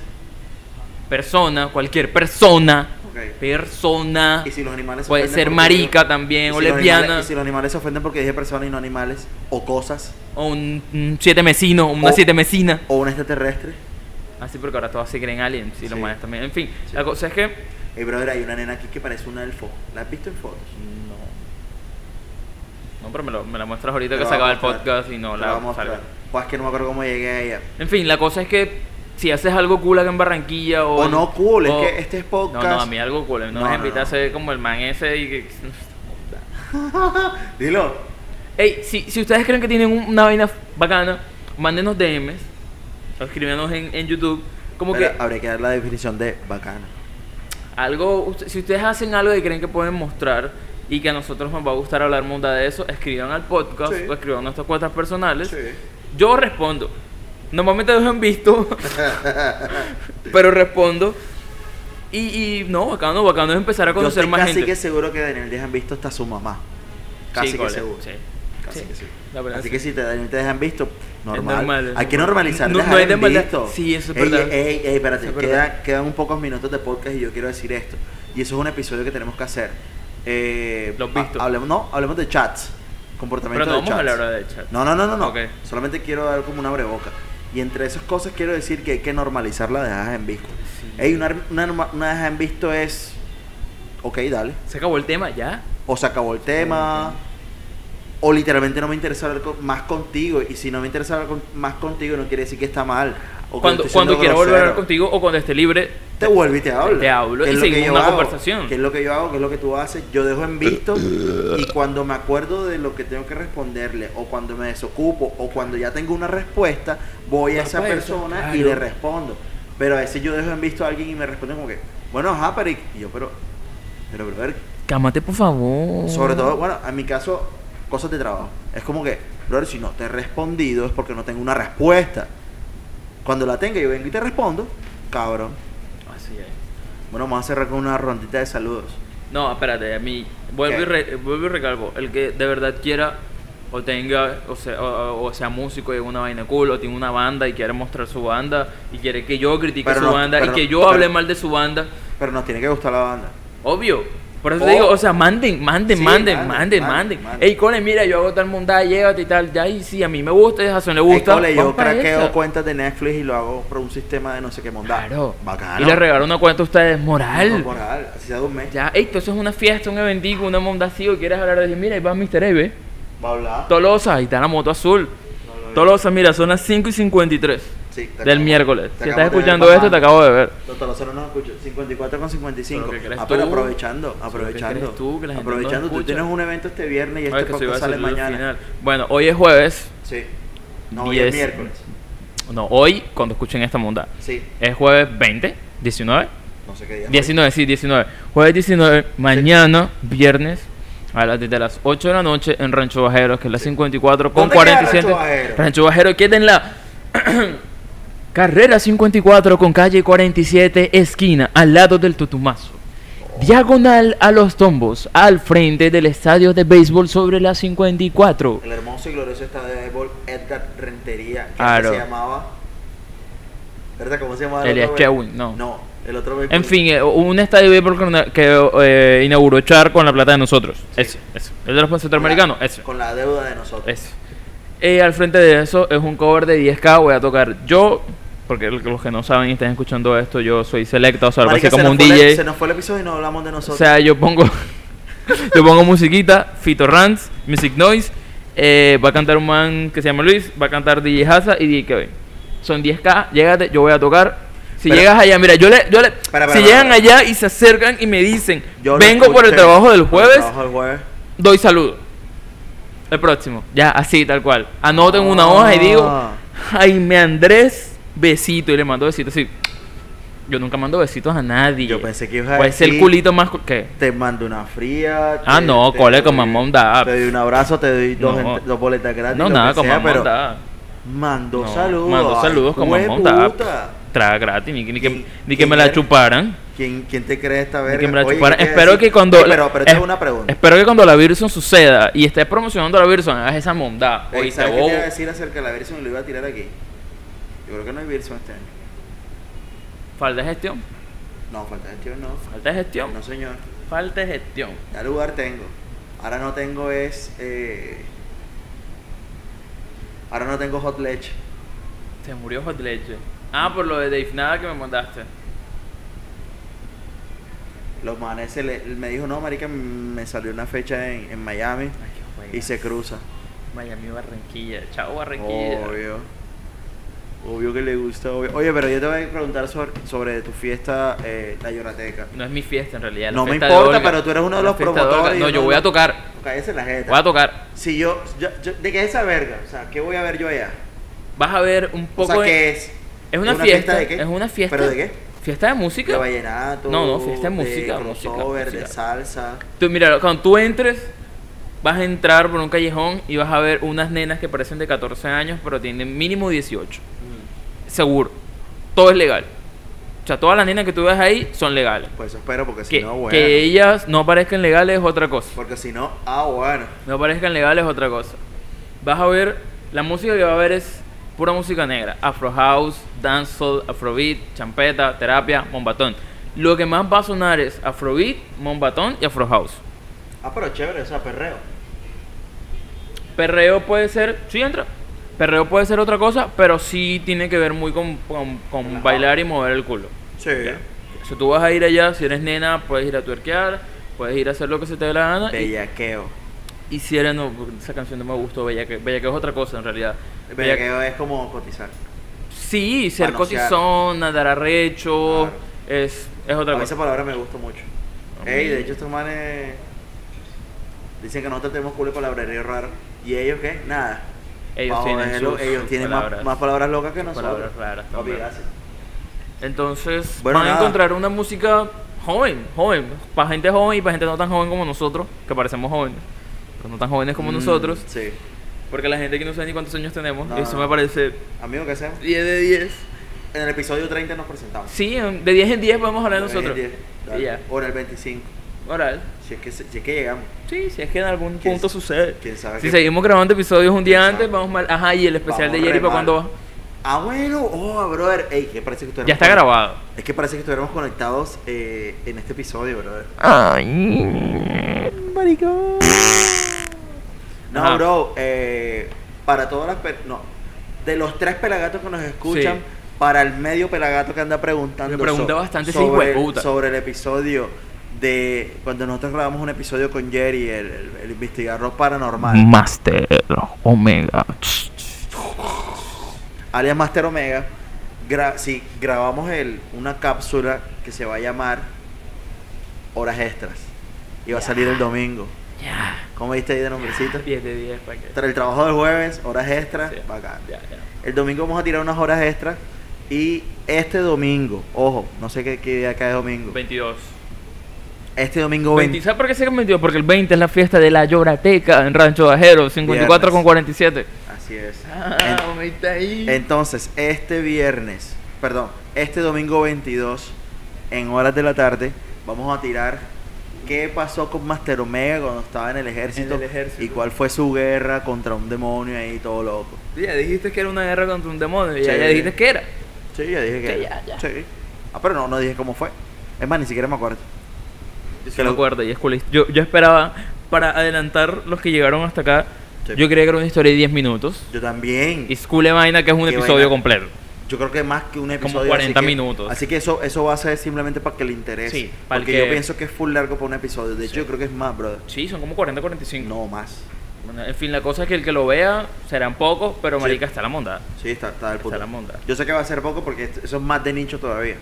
[SPEAKER 1] Persona, cualquier persona.
[SPEAKER 2] Ok.
[SPEAKER 1] Persona.
[SPEAKER 2] Y si los animales se
[SPEAKER 1] Puede
[SPEAKER 2] ofenden
[SPEAKER 1] ser
[SPEAKER 2] porque
[SPEAKER 1] marica
[SPEAKER 2] digo-
[SPEAKER 1] también,
[SPEAKER 2] y
[SPEAKER 1] o
[SPEAKER 2] si los
[SPEAKER 1] lesbiana.
[SPEAKER 2] animales- y si los animales se ofenden porque dije personas y no animales, o cosas,
[SPEAKER 1] O un, un siete mesino, una
[SPEAKER 2] O-
[SPEAKER 1] siete mesina.
[SPEAKER 2] o un extraterrestre.
[SPEAKER 1] Así porque ahora todos se creen aliens y los
[SPEAKER 2] Sí.
[SPEAKER 1] manes también. En fin,
[SPEAKER 2] Sí.
[SPEAKER 1] la cosa es que.
[SPEAKER 2] Hey, Eh, brother, hay una nena aquí que parece un elfo. ¿La has visto en fotos?
[SPEAKER 1] No. No, pero me, lo- me la muestras ahorita
[SPEAKER 2] Te
[SPEAKER 1] que
[SPEAKER 2] la
[SPEAKER 1] se
[SPEAKER 2] voy
[SPEAKER 1] acaba
[SPEAKER 2] a
[SPEAKER 1] el
[SPEAKER 2] mostrar.
[SPEAKER 1] podcast y no
[SPEAKER 2] Te
[SPEAKER 1] la,
[SPEAKER 2] la voy a mostrar.
[SPEAKER 1] salga.
[SPEAKER 2] Pues es que no me acuerdo cómo llegué a ella.
[SPEAKER 1] En fin, la cosa es que si haces algo cool acá en Barranquilla o.
[SPEAKER 2] O
[SPEAKER 1] en-
[SPEAKER 2] no cool, es que este es podcast.
[SPEAKER 1] No, no, a mí algo cool. No, me
[SPEAKER 2] No, no,
[SPEAKER 1] invitas
[SPEAKER 2] no.
[SPEAKER 1] a ser como el man ese y que.
[SPEAKER 2] Dilo.
[SPEAKER 1] Ey, si, si ustedes creen que tienen un- una vaina bacana, mándenos DMs, o escríbanos en, en YouTube. Como
[SPEAKER 2] Pero
[SPEAKER 1] que
[SPEAKER 2] habría que dar la definición de bacana.
[SPEAKER 1] algo, usted- si ustedes hacen algo que creen que pueden mostrar y que a nosotros nos va a gustar hablar monda de eso, escriban al podcast
[SPEAKER 2] Sí.
[SPEAKER 1] o escriban nuestras cuentas personales. Yo respondo. Normalmente los han visto, pero respondo. Y, y no, bacano, bacano es empezar a
[SPEAKER 2] Yo
[SPEAKER 1] conocer
[SPEAKER 2] estoy
[SPEAKER 1] más
[SPEAKER 2] casi
[SPEAKER 1] gente.
[SPEAKER 2] que seguro que Daniel Dejan visto está su mamá. Casi
[SPEAKER 1] Sí,
[SPEAKER 2] que
[SPEAKER 1] cole,
[SPEAKER 2] seguro.
[SPEAKER 1] sí.
[SPEAKER 2] Casi
[SPEAKER 1] Sí,
[SPEAKER 2] que sí.
[SPEAKER 1] la verdad,
[SPEAKER 2] Así
[SPEAKER 1] sí.
[SPEAKER 2] que si te, Daniel te dejan visto, normal.
[SPEAKER 1] normal, es
[SPEAKER 2] hay que
[SPEAKER 1] normal.
[SPEAKER 2] normalizar.
[SPEAKER 1] No- no
[SPEAKER 2] dejar
[SPEAKER 1] hay
[SPEAKER 2] en
[SPEAKER 1] de maldad.
[SPEAKER 2] visto.
[SPEAKER 1] Sí, eso es
[SPEAKER 2] Ey,
[SPEAKER 1] verdad.
[SPEAKER 2] Ey, ey, espérate,
[SPEAKER 1] Eso es
[SPEAKER 2] queda-
[SPEAKER 1] verdad.
[SPEAKER 2] quedan un pocos minutos de podcast y yo quiero decir esto. Y eso es un episodio que tenemos que hacer. Eh,
[SPEAKER 1] Los vistos.
[SPEAKER 2] ha- hablemos, no, hablemos de chats. Comportamiento
[SPEAKER 1] Pero no vamos
[SPEAKER 2] de
[SPEAKER 1] a
[SPEAKER 2] chats.
[SPEAKER 1] hablar ahora de chat.
[SPEAKER 2] No, no, no, no, no.
[SPEAKER 1] Ok.
[SPEAKER 2] Solamente quiero dar como una breboca. Y entre esas cosas quiero decir que hay que normalizar la dejada en visto.
[SPEAKER 1] Sí.
[SPEAKER 2] Ey, una, una, norma- una dejada en visto es. Ok, dale.
[SPEAKER 1] Se acabó el tema, ya.
[SPEAKER 2] O se acabó el tema. O literalmente no me interesa hablar con- más contigo. Y si no me interesa hablar con- más contigo, no quiere decir que está mal. O que
[SPEAKER 1] Cuando,
[SPEAKER 2] estoy siendo
[SPEAKER 1] cuando quiera volver a hablar
[SPEAKER 2] grosero.
[SPEAKER 1] contigo o cuando esté libre,
[SPEAKER 2] Te vuelvo y te hablo.
[SPEAKER 1] Te hablo
[SPEAKER 2] ¿Qué
[SPEAKER 1] y
[SPEAKER 2] es lo que
[SPEAKER 1] seguimos
[SPEAKER 2] yo
[SPEAKER 1] una
[SPEAKER 2] hago?
[SPEAKER 1] conversación.
[SPEAKER 2] ¿Qué es lo que yo hago? ¿Qué es lo que tú haces? Yo dejo en visto y cuando me acuerdo de lo que tengo que responderle o cuando me desocupo o cuando ya tengo una respuesta, voy a esa
[SPEAKER 1] Respuesta,
[SPEAKER 2] persona
[SPEAKER 1] claro.
[SPEAKER 2] y le respondo. Pero a veces yo dejo en visto a alguien y me responde como que, bueno, ajá, pero... y- Y yo, pero... Pero, brother,
[SPEAKER 1] cámate por favor.
[SPEAKER 2] sobre todo, bueno, en mi caso, cosas de trabajo. Es como que, brother, si no te he respondido es porque no tengo una respuesta. Cuando la tenga, yo vengo y te respondo, cabrón.
[SPEAKER 1] Así es.
[SPEAKER 2] Bueno, vamos a cerrar con una rondita de saludos.
[SPEAKER 1] No, espérate, a mí vuelvo,
[SPEAKER 2] ¿Qué?
[SPEAKER 1] y, re- vuelvo y recalco, el que de verdad quiera o tenga, o sea, o, o sea músico y una vaina cool, o tiene una banda y quiere mostrar su banda, y quiere que yo critique
[SPEAKER 2] Pero
[SPEAKER 1] su
[SPEAKER 2] no,
[SPEAKER 1] banda, y
[SPEAKER 2] pero
[SPEAKER 1] que
[SPEAKER 2] no,
[SPEAKER 1] yo
[SPEAKER 2] pero-
[SPEAKER 1] hable mal de su banda,
[SPEAKER 2] Pero nos tiene que gustar la banda.
[SPEAKER 1] obvio. Por eso
[SPEAKER 2] Oh.
[SPEAKER 1] te digo, o sea, manden, manden,
[SPEAKER 2] Sí,
[SPEAKER 1] manden,
[SPEAKER 2] manden,
[SPEAKER 1] manden, manden,
[SPEAKER 2] manden, manden.
[SPEAKER 1] Ey, Cole, mira, yo hago tal mondada, llévate y tal, ya, y si a mí me gusta, y a Jason le gusta.
[SPEAKER 2] Ey, cole, yo
[SPEAKER 1] vamos pa'
[SPEAKER 2] craqueo
[SPEAKER 1] esa.
[SPEAKER 2] cuentas de Netflix y lo hago por un sistema de no sé qué mondar.
[SPEAKER 1] Claro.
[SPEAKER 2] Bacano.
[SPEAKER 1] Y le regalo una cuenta a ustedes, moral.
[SPEAKER 2] No, moral. Así sea de un mes.
[SPEAKER 1] Ya, ey, entonces es una fiesta, un eventico, una monda así, o quieres hablar de, mira, ahí va Mr. Eve.
[SPEAKER 2] Va a hablar.
[SPEAKER 1] Tolosa, ahí está la moto azul.
[SPEAKER 2] No lo vi.
[SPEAKER 1] Tolosa, mira, son las 5 y 53
[SPEAKER 2] Sí, te
[SPEAKER 1] del
[SPEAKER 2] acabo-
[SPEAKER 1] miércoles.
[SPEAKER 2] te
[SPEAKER 1] Si
[SPEAKER 2] acabo
[SPEAKER 1] estás
[SPEAKER 2] de ver,
[SPEAKER 1] escuchando
[SPEAKER 2] papá.
[SPEAKER 1] esto, te acabo de ver.
[SPEAKER 2] Los toloseros no escuchan. 54 con 55.
[SPEAKER 1] ¿Pero qué crees
[SPEAKER 2] Ah, pero
[SPEAKER 1] tú?
[SPEAKER 2] aprovechando,
[SPEAKER 1] ¿Pero qué
[SPEAKER 2] aprovechando.
[SPEAKER 1] crees tú que la gente
[SPEAKER 2] aprovechando,
[SPEAKER 1] no
[SPEAKER 2] tú
[SPEAKER 1] escucha?
[SPEAKER 2] tienes un evento este viernes y
[SPEAKER 1] Ay, que
[SPEAKER 2] este
[SPEAKER 1] se iba a
[SPEAKER 2] podcast
[SPEAKER 1] hacer
[SPEAKER 2] sale
[SPEAKER 1] el
[SPEAKER 2] mañana.
[SPEAKER 1] final. Bueno, hoy es jueves.
[SPEAKER 2] Sí. No, hoy es
[SPEAKER 1] Diez.
[SPEAKER 2] miércoles.
[SPEAKER 1] No, hoy, cuando escuchen esta monda.
[SPEAKER 2] Sí.
[SPEAKER 1] Es jueves 20, 19.
[SPEAKER 2] No sé qué día. es hoy.
[SPEAKER 1] 19, sí, 19. Jueves 19, mañana, viernes. A las, desde las 8 de la noche en Rancho Bajero, que es la 54 con
[SPEAKER 2] ¿Dónde queda
[SPEAKER 1] 47.
[SPEAKER 2] Rancho Bajero?
[SPEAKER 1] Rancho Bajero, quédenla. <clears throat> Carrera 54 con calle 47, esquina, al lado del Tutumazo. Diagonal a los tombos, al frente del estadio de béisbol sobre la 54.
[SPEAKER 2] El hermoso y glorioso estadio de béisbol Edgar Rentería, que
[SPEAKER 1] Claro.
[SPEAKER 2] antes se llamaba. ¿Verdad? ¿Cómo se llamaba?
[SPEAKER 1] Elías
[SPEAKER 2] otro béisbol?
[SPEAKER 1] Kewin, no.
[SPEAKER 2] No, el otro béisbol.
[SPEAKER 1] En fin, eh, un estadio de béisbol que, que, eh, inauguró Char con la plata de nosotros. Ese, ese. El de los centroamericanos, ese.
[SPEAKER 2] Con la deuda de nosotros.
[SPEAKER 1] ese. Eh, al frente de eso es un cover de 10K, voy a tocar yo, porque l- los que no saben y están escuchando esto, yo soy selecta, o sea, algo
[SPEAKER 2] Marica,
[SPEAKER 1] así
[SPEAKER 2] se
[SPEAKER 1] como
[SPEAKER 2] nos
[SPEAKER 1] un
[SPEAKER 2] fue el-
[SPEAKER 1] DJ.
[SPEAKER 2] se nos fue el episodio y no hablamos de
[SPEAKER 1] O
[SPEAKER 2] nosotros.
[SPEAKER 1] sea, yo pongo <laughs> yo pongo musiquita, Fito Rants, Music Noise, eh, va a cantar un man que se llama Luis, va a cantar DJ Haza y DJ Kevin. Son 10K, llégate, yo voy a tocar. Si
[SPEAKER 2] Pero-
[SPEAKER 1] llegas allá, mira, yo le, yo le
[SPEAKER 2] Para, para,
[SPEAKER 1] si
[SPEAKER 2] para,
[SPEAKER 1] llegan
[SPEAKER 2] para.
[SPEAKER 1] allá y se acercan y me dicen,
[SPEAKER 2] Yo lo
[SPEAKER 1] "Vengo por el
[SPEAKER 2] escuché,
[SPEAKER 1] trabajo del
[SPEAKER 2] por el
[SPEAKER 1] jueves",
[SPEAKER 2] trabajo del jueves.
[SPEAKER 1] doy saludo. El próximo, ya, así tal cual. Anoto en una hoja y digo,
[SPEAKER 2] Ah.
[SPEAKER 1] "Jaime Andrés, besito" y le mando besito así. Yo nunca mando besitos a nadie.
[SPEAKER 2] Yo pensé que ibas a
[SPEAKER 1] Puede ser el
[SPEAKER 2] decir-
[SPEAKER 1] culito más cu- ¿qué?
[SPEAKER 2] Te mando una fría.
[SPEAKER 1] Ah,
[SPEAKER 2] te-
[SPEAKER 1] no,
[SPEAKER 2] te
[SPEAKER 1] cole con
[SPEAKER 2] doy-
[SPEAKER 1] mamón da.
[SPEAKER 2] Te doy un abrazo, te doy dos,
[SPEAKER 1] No.
[SPEAKER 2] ent- dos boletas gratis.
[SPEAKER 1] No,
[SPEAKER 2] lo
[SPEAKER 1] nada,
[SPEAKER 2] que
[SPEAKER 1] con
[SPEAKER 2] sea,
[SPEAKER 1] mamón
[SPEAKER 2] pero
[SPEAKER 1] da.
[SPEAKER 2] Mandó
[SPEAKER 1] No,
[SPEAKER 2] saludos.
[SPEAKER 1] Mandó saludos con
[SPEAKER 2] Ay,
[SPEAKER 1] mamón da.
[SPEAKER 2] puta.
[SPEAKER 1] Traga gratis, ni, que- ni que,
[SPEAKER 2] ¿Quién-
[SPEAKER 1] ni que
[SPEAKER 2] quién
[SPEAKER 1] me la
[SPEAKER 2] era?
[SPEAKER 1] chuparan.
[SPEAKER 2] ¿Quién, ¿Quién te cree esta verga?
[SPEAKER 1] Ni que me la
[SPEAKER 2] Oye,
[SPEAKER 1] chuparan.
[SPEAKER 2] ¿qué te iba a
[SPEAKER 1] Espero
[SPEAKER 2] decir?
[SPEAKER 1] que cuando.
[SPEAKER 2] Oye, pero, pero
[SPEAKER 1] es-
[SPEAKER 2] tengo una pregunta.
[SPEAKER 1] Espero que cuando la Virson suceda y estés promocionando a la Virson, hagas esa mondad.
[SPEAKER 2] Ey,
[SPEAKER 1] Oíste,
[SPEAKER 2] ¿Sabes qué te iba a
[SPEAKER 1] bobo.
[SPEAKER 2] decir acerca de la Virson? Lo iba a tirar aquí. Yo creo que no hay Virson este año.
[SPEAKER 1] Falta de gestión.
[SPEAKER 2] No, falta de tío, no.
[SPEAKER 1] Falta de gestión.
[SPEAKER 2] No, señor.
[SPEAKER 1] Falta de gestión.
[SPEAKER 2] Ya lugar tengo. Ahora no tengo es. eh, Ahora no tengo hot leche.
[SPEAKER 1] Se murió Hot Leche. Ah, por lo de Dave Nada que me mandaste.
[SPEAKER 2] Los manes se le- me dijo, no, marica, me salió una fecha en, en Miami
[SPEAKER 1] Ay, qué juega.
[SPEAKER 2] y se cruza.
[SPEAKER 1] Miami, Barranquilla. Chao, Barranquilla.
[SPEAKER 2] Obvio. Obvio que le gusta, obvio. Oye, pero yo te voy a preguntar sobre, sobre tu fiesta, eh, la Llorateca.
[SPEAKER 1] No es mi fiesta en realidad. la
[SPEAKER 2] No me
[SPEAKER 1] fiesta de
[SPEAKER 2] importa,
[SPEAKER 1] Olga.
[SPEAKER 2] pero tú eres uno de
[SPEAKER 1] La
[SPEAKER 2] los
[SPEAKER 1] fiesta Olga.
[SPEAKER 2] promotores y
[SPEAKER 1] No,
[SPEAKER 2] uno
[SPEAKER 1] yo
[SPEAKER 2] de
[SPEAKER 1] voy a
[SPEAKER 2] los-
[SPEAKER 1] tocar.
[SPEAKER 2] Cállese la jeta.
[SPEAKER 1] Voy a tocar.
[SPEAKER 2] Si yo, yo- yo- ¿De qué es esa verga? O sea, ¿qué voy a ver yo allá?
[SPEAKER 1] Vas a ver un
[SPEAKER 2] O
[SPEAKER 1] poco
[SPEAKER 2] sea,
[SPEAKER 1] de-
[SPEAKER 2] ¿qué es?
[SPEAKER 1] Es una, fiesta,
[SPEAKER 2] de qué?
[SPEAKER 1] es una fiesta.
[SPEAKER 2] ¿Pero de qué?
[SPEAKER 1] ¿Fiesta de
[SPEAKER 2] De
[SPEAKER 1] música?
[SPEAKER 2] vallenato.
[SPEAKER 1] No, no, fiesta de música, música,
[SPEAKER 2] crossover,
[SPEAKER 1] música.
[SPEAKER 2] de salsa.
[SPEAKER 1] Tú, mira, cuando tú entres, vas a entrar por un callejón y vas a ver unas nenas que parecen de 14 años, pero tienen mínimo 18. Mm. Seguro. Todo es legal. O sea, todas las nenas que tú ves ahí son legales.
[SPEAKER 2] Pues eso espero, porque si
[SPEAKER 1] Que,
[SPEAKER 2] no, bueno.
[SPEAKER 1] que ellas no parezcan legales es otra cosa.
[SPEAKER 2] Porque si no, ah, bueno.
[SPEAKER 1] No parezcan legales es otra cosa. Vas a ver, la música que va a ver es pura música negra. Afro house, dancehall, afrobeat, champeta, terapia, mombatón. Lo que más va a sonar es afrobeat, mombatón y afro house.
[SPEAKER 2] Ah, pero chévere, o sea, perreo.
[SPEAKER 1] Perreo puede ser, sí entra. Perreo puede ser otra cosa, pero sí tiene que ver muy con, con- con
[SPEAKER 2] Relajado.
[SPEAKER 1] bailar y mover el culo.
[SPEAKER 2] Sí.
[SPEAKER 1] Si tú vas a ir allá, si eres nena, puedes ir a tuerquear, puedes ir a hacer lo que se te dé la gana. y-
[SPEAKER 2] Bellaqueo.
[SPEAKER 1] Y si eres, no, esa canción no me gustó, Bellaqueo, Bellaqueo es otra cosa en realidad. Bellaqueo-
[SPEAKER 2] Bellaqueo es como cotizar.
[SPEAKER 1] Sí, ser
[SPEAKER 2] Manosear.
[SPEAKER 1] cotizón, andar arrecho, es, es otra
[SPEAKER 2] A mí esa
[SPEAKER 1] cosa.
[SPEAKER 2] palabra me gusta mucho.
[SPEAKER 1] A
[SPEAKER 2] Ey,
[SPEAKER 1] mí-
[SPEAKER 2] de hecho, estos manes dicen que nosotros tenemos culo de palabrería raro. ¿Y ellos qué? Nada.
[SPEAKER 1] Ellos
[SPEAKER 2] Vamos a
[SPEAKER 1] tienen
[SPEAKER 2] verlo,
[SPEAKER 1] sus-
[SPEAKER 2] ellos
[SPEAKER 1] sus
[SPEAKER 2] tienen
[SPEAKER 1] palabras.
[SPEAKER 2] más, más palabras locas que nosotros.
[SPEAKER 1] palabras raras
[SPEAKER 2] Papi,
[SPEAKER 1] también.
[SPEAKER 2] gracias.
[SPEAKER 1] Entonces,
[SPEAKER 2] Bueno,
[SPEAKER 1] van a
[SPEAKER 2] nada.
[SPEAKER 1] encontrar una música joven, joven, para gente joven y para gente no tan joven como nosotros, que parecemos jóvenes, pero no tan jóvenes como
[SPEAKER 2] Mm,
[SPEAKER 1] nosotros,
[SPEAKER 2] Sí.
[SPEAKER 1] porque la gente que no sabe ni cuántos años tenemos,
[SPEAKER 2] No,
[SPEAKER 1] eso
[SPEAKER 2] no.
[SPEAKER 1] me parece
[SPEAKER 2] Amigo, ¿qué hacemos?
[SPEAKER 1] 10 de 10.
[SPEAKER 2] En el episodio 30 nos presentamos.
[SPEAKER 1] Sí, en- de 10 en 10 podemos hablar nosotros.
[SPEAKER 2] En el 10, dale.
[SPEAKER 1] Y ya,
[SPEAKER 2] O en el 25.
[SPEAKER 1] oral.
[SPEAKER 2] Si es que, si es que llegamos.
[SPEAKER 1] Sí, si es que en algún
[SPEAKER 2] ¿Quién
[SPEAKER 1] punto
[SPEAKER 2] sa-
[SPEAKER 1] sucede.
[SPEAKER 2] quién sabe
[SPEAKER 1] Si
[SPEAKER 2] qué-
[SPEAKER 1] seguimos grabando episodios un día
[SPEAKER 2] quién
[SPEAKER 1] antes,
[SPEAKER 2] sabe?
[SPEAKER 1] vamos mal. Ajá, y el especial
[SPEAKER 2] Vamos
[SPEAKER 1] de Jerry,
[SPEAKER 2] re
[SPEAKER 1] ¿para cuándo va?
[SPEAKER 2] mal. Ah, bueno. Oh, brother. Ey, que parece que estuviéramos
[SPEAKER 1] Ya está
[SPEAKER 2] conect-
[SPEAKER 1] grabado.
[SPEAKER 2] Es que parece que estuviéramos conectados eh, en este episodio, brother.
[SPEAKER 1] Ay, maricón.
[SPEAKER 2] No,
[SPEAKER 1] Ajá.
[SPEAKER 2] bro. eh, para todas las... per- No. De los tres pelagatos que nos escuchan,
[SPEAKER 1] Sí.
[SPEAKER 2] para el medio pelagato que anda preguntando
[SPEAKER 1] Me pregunta
[SPEAKER 2] so-
[SPEAKER 1] bastante ese hijo de
[SPEAKER 2] sobre,
[SPEAKER 1] puta.
[SPEAKER 2] sobre el episodio de... Cuando nosotros grabamos un episodio con Jerry, el, el, el investigador paranormal.
[SPEAKER 1] Master Omega.
[SPEAKER 2] alias Master Omega, gra- si grabamos el, una cápsula que se va a llamar Horas Extras. Y va a salir el domingo.
[SPEAKER 1] Ya.
[SPEAKER 2] ¿Cómo viste ahí de nombrecito?
[SPEAKER 1] 10 de 10 para que.
[SPEAKER 2] Tra- El trabajo del jueves, horas extras,
[SPEAKER 1] Sí.
[SPEAKER 2] bacán.
[SPEAKER 1] Ya, ya.
[SPEAKER 2] El domingo vamos a tirar unas horas extras. Y este domingo, ojo, no sé qué, qué día cae domingo.
[SPEAKER 1] 22.
[SPEAKER 2] Este domingo
[SPEAKER 1] 20.
[SPEAKER 2] 20.
[SPEAKER 1] ¿Sabes por qué sé que es 22? Porque el 20 es la fiesta de la Llorateca en Rancho Bajero, 54 con
[SPEAKER 2] Viernes.
[SPEAKER 1] 47.
[SPEAKER 2] Así es. En-
[SPEAKER 1] Ah, me está ahí.
[SPEAKER 2] Entonces, este viernes, perdón, este domingo 22, en horas de la tarde, vamos a tirar qué pasó con Master Omega cuando estaba en el ejército,
[SPEAKER 1] En el ejército.
[SPEAKER 2] y cuál fue su guerra contra un demonio ahí todo loco.
[SPEAKER 1] ya dijiste que era una guerra contra un demonio. Ya,
[SPEAKER 2] Sí.
[SPEAKER 1] ya dijiste que era.
[SPEAKER 2] Sí, ya dije que.
[SPEAKER 1] Sí, ya, ya.
[SPEAKER 2] Sí. Ah, pero no, no dije cómo fue. Es más, ni siquiera me acuerdo.
[SPEAKER 1] Yo sí
[SPEAKER 2] Que
[SPEAKER 1] me
[SPEAKER 2] lo-
[SPEAKER 1] acuerdo, y es cool. Yo, yo esperaba, para adelantar los que llegaron hasta acá,
[SPEAKER 2] Sí.
[SPEAKER 1] yo creía que era una historia de 10 minutos.
[SPEAKER 2] Yo también.
[SPEAKER 1] Y School de Vaina, que es un
[SPEAKER 2] Qué
[SPEAKER 1] episodio
[SPEAKER 2] vaina.
[SPEAKER 1] completo.
[SPEAKER 2] Yo creo que más que un episodio.
[SPEAKER 1] Como
[SPEAKER 2] así
[SPEAKER 1] 40
[SPEAKER 2] que-
[SPEAKER 1] minutos.
[SPEAKER 2] Así que eso, eso va a ser simplemente para que le interese.
[SPEAKER 1] Sí, para el
[SPEAKER 2] porque
[SPEAKER 1] que-
[SPEAKER 2] yo pienso que es full largo para un episodio. De hecho,
[SPEAKER 1] Sí.
[SPEAKER 2] yo creo que es más, brother.
[SPEAKER 1] Sí, son como 40, 45.
[SPEAKER 2] No más.
[SPEAKER 1] Bueno, en fin, la cosa es que el que lo vea serán pocos, pero
[SPEAKER 2] Sí.
[SPEAKER 1] Marica está la monda.
[SPEAKER 2] Sí, está, está del
[SPEAKER 1] Está
[SPEAKER 2] puto.
[SPEAKER 1] la monda.
[SPEAKER 2] Yo sé que va a ser poco porque esto- eso es más de nicho todavía.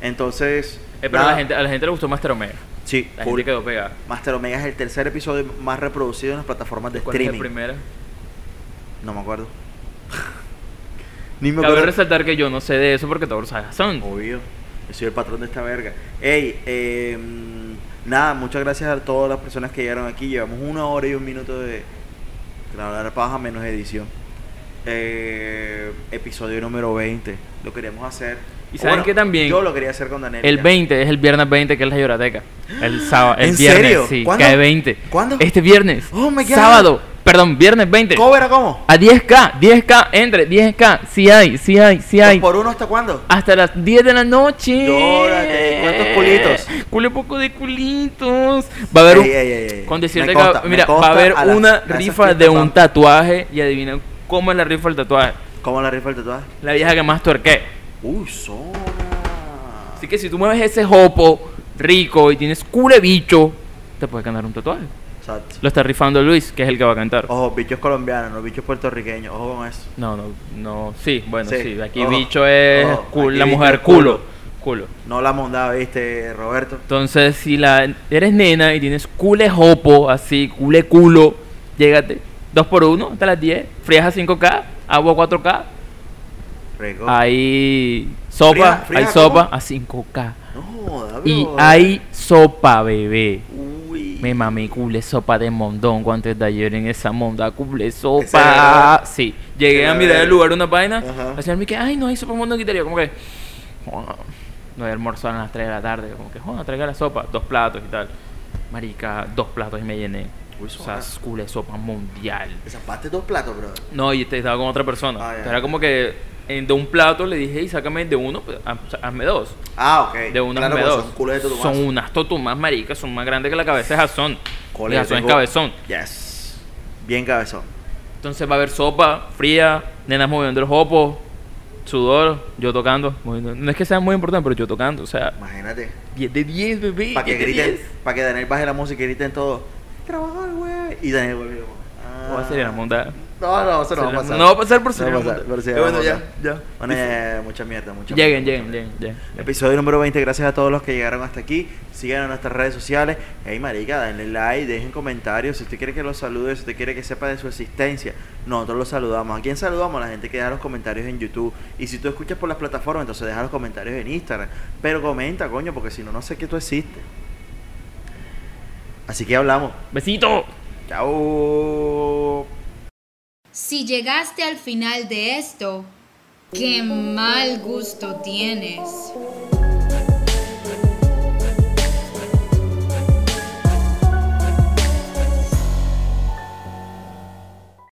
[SPEAKER 2] Entonces.
[SPEAKER 1] Eh, pero
[SPEAKER 2] nada.
[SPEAKER 1] a la, gente, a la gente le gustó Master Omega.
[SPEAKER 2] Sí,
[SPEAKER 1] La
[SPEAKER 2] full.
[SPEAKER 1] gente quedó pegada.
[SPEAKER 2] Master Omega es el tercer episodio más reproducido en las plataformas de
[SPEAKER 1] ¿Cuál es el
[SPEAKER 2] streaming.
[SPEAKER 1] primero?
[SPEAKER 2] no me acuerdo. <laughs> Ni me
[SPEAKER 1] Cabe
[SPEAKER 2] acuerdo. Oh,
[SPEAKER 1] resaltar que yo no sé de eso porque todos sabes son.
[SPEAKER 2] Obvio. Yo soy el patrón de esta verga. Ey, eh, mm, nada, muchas gracias a todas las personas que llegaron aquí. Llevamos una hora y un minuto de hablar paja menos edición. Eh, episodio número 20. Lo queríamos hacer.
[SPEAKER 1] ¿Y
[SPEAKER 2] O
[SPEAKER 1] saben qué también?
[SPEAKER 2] Yo lo quería hacer con Daniel.
[SPEAKER 1] El
[SPEAKER 2] ya.
[SPEAKER 1] 20 es el viernes 20, que es la llorateca. El sábado, el
[SPEAKER 2] <gasps> ¿En
[SPEAKER 1] viernes,
[SPEAKER 2] serio?
[SPEAKER 1] sí,
[SPEAKER 2] ¿Cuándo?
[SPEAKER 1] cae 20.
[SPEAKER 2] ¿Cuándo?
[SPEAKER 1] Este viernes.
[SPEAKER 2] Oh my God.
[SPEAKER 1] Sábado, perdón, viernes 20.
[SPEAKER 2] ¿Cómo era cómo?
[SPEAKER 1] A 10k, 10k, entre, 10k, si hay, si hay, si hay.
[SPEAKER 2] ¿Por uno hasta cuándo?
[SPEAKER 1] Hasta las 10 de la noche.
[SPEAKER 2] Llórate, ¿cuántos culitos?
[SPEAKER 1] Culo poco de culitos. Va a haber un-
[SPEAKER 2] Ey, ey, ey, ey.
[SPEAKER 1] Con
[SPEAKER 2] Me
[SPEAKER 1] decirte
[SPEAKER 2] consta,
[SPEAKER 1] que
[SPEAKER 2] me
[SPEAKER 1] mira, va
[SPEAKER 2] consta
[SPEAKER 1] a haber
[SPEAKER 2] a las- a
[SPEAKER 1] una
[SPEAKER 2] esas
[SPEAKER 1] rifa
[SPEAKER 2] fiestas
[SPEAKER 1] de un
[SPEAKER 2] vamos.
[SPEAKER 1] tatuaje y adivina cómo es la rifa del tatuaje.
[SPEAKER 2] ¿Cómo la rifa el tatuaje?
[SPEAKER 1] La vieja que más tuerqué.
[SPEAKER 2] Uy, zona.
[SPEAKER 1] Así que si tú mueves ese jopo rico y tienes cule bicho, te puedes ganar un tatuaje.
[SPEAKER 2] Exacto.
[SPEAKER 1] Lo está rifando Luis, que es el que va a cantar.
[SPEAKER 2] Ojo, bichos colombianos, no bichos puertorriqueños. Ojo con eso.
[SPEAKER 1] No, no, no. Sí, bueno, sí.
[SPEAKER 2] Sí.
[SPEAKER 1] Aquí
[SPEAKER 2] Ojo,
[SPEAKER 1] bicho es
[SPEAKER 2] ojo,
[SPEAKER 1] cul-
[SPEAKER 2] aquí
[SPEAKER 1] la
[SPEAKER 2] bicho
[SPEAKER 1] mujer
[SPEAKER 2] es culo.
[SPEAKER 1] culo. Culo.
[SPEAKER 2] No la mondada, viste, Roberto.
[SPEAKER 1] Entonces, si la eres nena y tienes cule jopo, así, cule culo, llégate. 2 por 1 hasta las 10. Frías a 5K, agua a 4K.
[SPEAKER 2] Rico.
[SPEAKER 1] Hay sopa,
[SPEAKER 2] Fría- fría,
[SPEAKER 1] hay sopa
[SPEAKER 2] ¿cómo?
[SPEAKER 1] a 5K.
[SPEAKER 2] No joda,
[SPEAKER 1] Y
[SPEAKER 2] bro.
[SPEAKER 1] hay sopa, bebé.
[SPEAKER 2] Uy.
[SPEAKER 1] Me mami culé sopa de mondón cuando de ayer en esa monda culé
[SPEAKER 2] Esa era
[SPEAKER 1] sopa.
[SPEAKER 2] la-
[SPEAKER 1] Sí, llegué
[SPEAKER 2] era
[SPEAKER 1] a
[SPEAKER 2] la
[SPEAKER 1] mirar el
[SPEAKER 2] verga.
[SPEAKER 1] lugar una página.
[SPEAKER 2] Ajá.
[SPEAKER 1] La señora me que ay, no hay sopa mondón quitaría. Como que, "Joder, no he almorzado a las 3 de la tarde. Como que, joder, traiga la sopa, dos platos y tal. Marica, dos platos y me llené.
[SPEAKER 2] Uy,
[SPEAKER 1] o sea,
[SPEAKER 2] sopa.
[SPEAKER 1] culé sopa mundial.
[SPEAKER 2] Zapaste dos platos, bro.
[SPEAKER 1] No, y te- estaba con otra persona.
[SPEAKER 2] Ah, ya.
[SPEAKER 1] Entonces Era como que en- de un plato le dije, y sácame de uno, pues, haz- hazme dos.
[SPEAKER 2] Ah, ok.
[SPEAKER 1] De unas
[SPEAKER 2] claro,
[SPEAKER 1] me
[SPEAKER 2] pues
[SPEAKER 1] dos.
[SPEAKER 2] Son culo de totumás.
[SPEAKER 1] Son unas totumás maricas, son más grandes que la cabeza de Jason.
[SPEAKER 2] Cole,
[SPEAKER 1] Y
[SPEAKER 2] yo
[SPEAKER 1] Jason es
[SPEAKER 2] tengo-
[SPEAKER 1] cabezón.
[SPEAKER 2] Yes. Bien cabezón.
[SPEAKER 1] Entonces va a haber sopa fría, nenas moviendo el hopo, sudor, yo tocando. moviendo- No es que sea muy importante, pero yo tocando. O sea,
[SPEAKER 2] Imagínate.
[SPEAKER 1] 10 de 10, bebé.
[SPEAKER 2] Para que
[SPEAKER 1] 10 de
[SPEAKER 2] griten,
[SPEAKER 1] 10.
[SPEAKER 2] para que Daniel baje la música y griten todo. Trabajar, güey. Y Daniel vuelve. Ah.
[SPEAKER 1] O va a ser la monda.
[SPEAKER 2] No, no, eso no va a
[SPEAKER 1] Sería-
[SPEAKER 2] pasar.
[SPEAKER 1] no va a pasar por
[SPEAKER 2] No
[SPEAKER 1] sería
[SPEAKER 2] va a
[SPEAKER 1] la
[SPEAKER 2] pasar,
[SPEAKER 1] monda.
[SPEAKER 2] pero sería
[SPEAKER 1] Pero
[SPEAKER 2] la
[SPEAKER 1] bueno,
[SPEAKER 2] monda.
[SPEAKER 1] ya, ya.
[SPEAKER 2] Bueno, ya, mucha mierda, mucha
[SPEAKER 1] Lleguen,
[SPEAKER 2] mierda,
[SPEAKER 1] lleguen,
[SPEAKER 2] mucha
[SPEAKER 1] lleguen, lleguen.
[SPEAKER 2] Episodio número 20, gracias a todos los que llegaron hasta aquí. Sigan en nuestras redes sociales. Hey, marica, denle like, dejen comentarios. Si usted quiere que los salude, si usted quiere que sepa de su existencia, nosotros los saludamos. ¿A quién saludamos? A la gente que deja los comentarios en YouTube. Y si tú escuchas por las plataformas, entonces deja los comentarios en Instagram. Pero comenta, coño, porque si no, no sé que tú existes. Así que hablamos.
[SPEAKER 1] Besito.
[SPEAKER 2] Chao.
[SPEAKER 3] Si llegaste al final de esto, qué mal gusto tienes.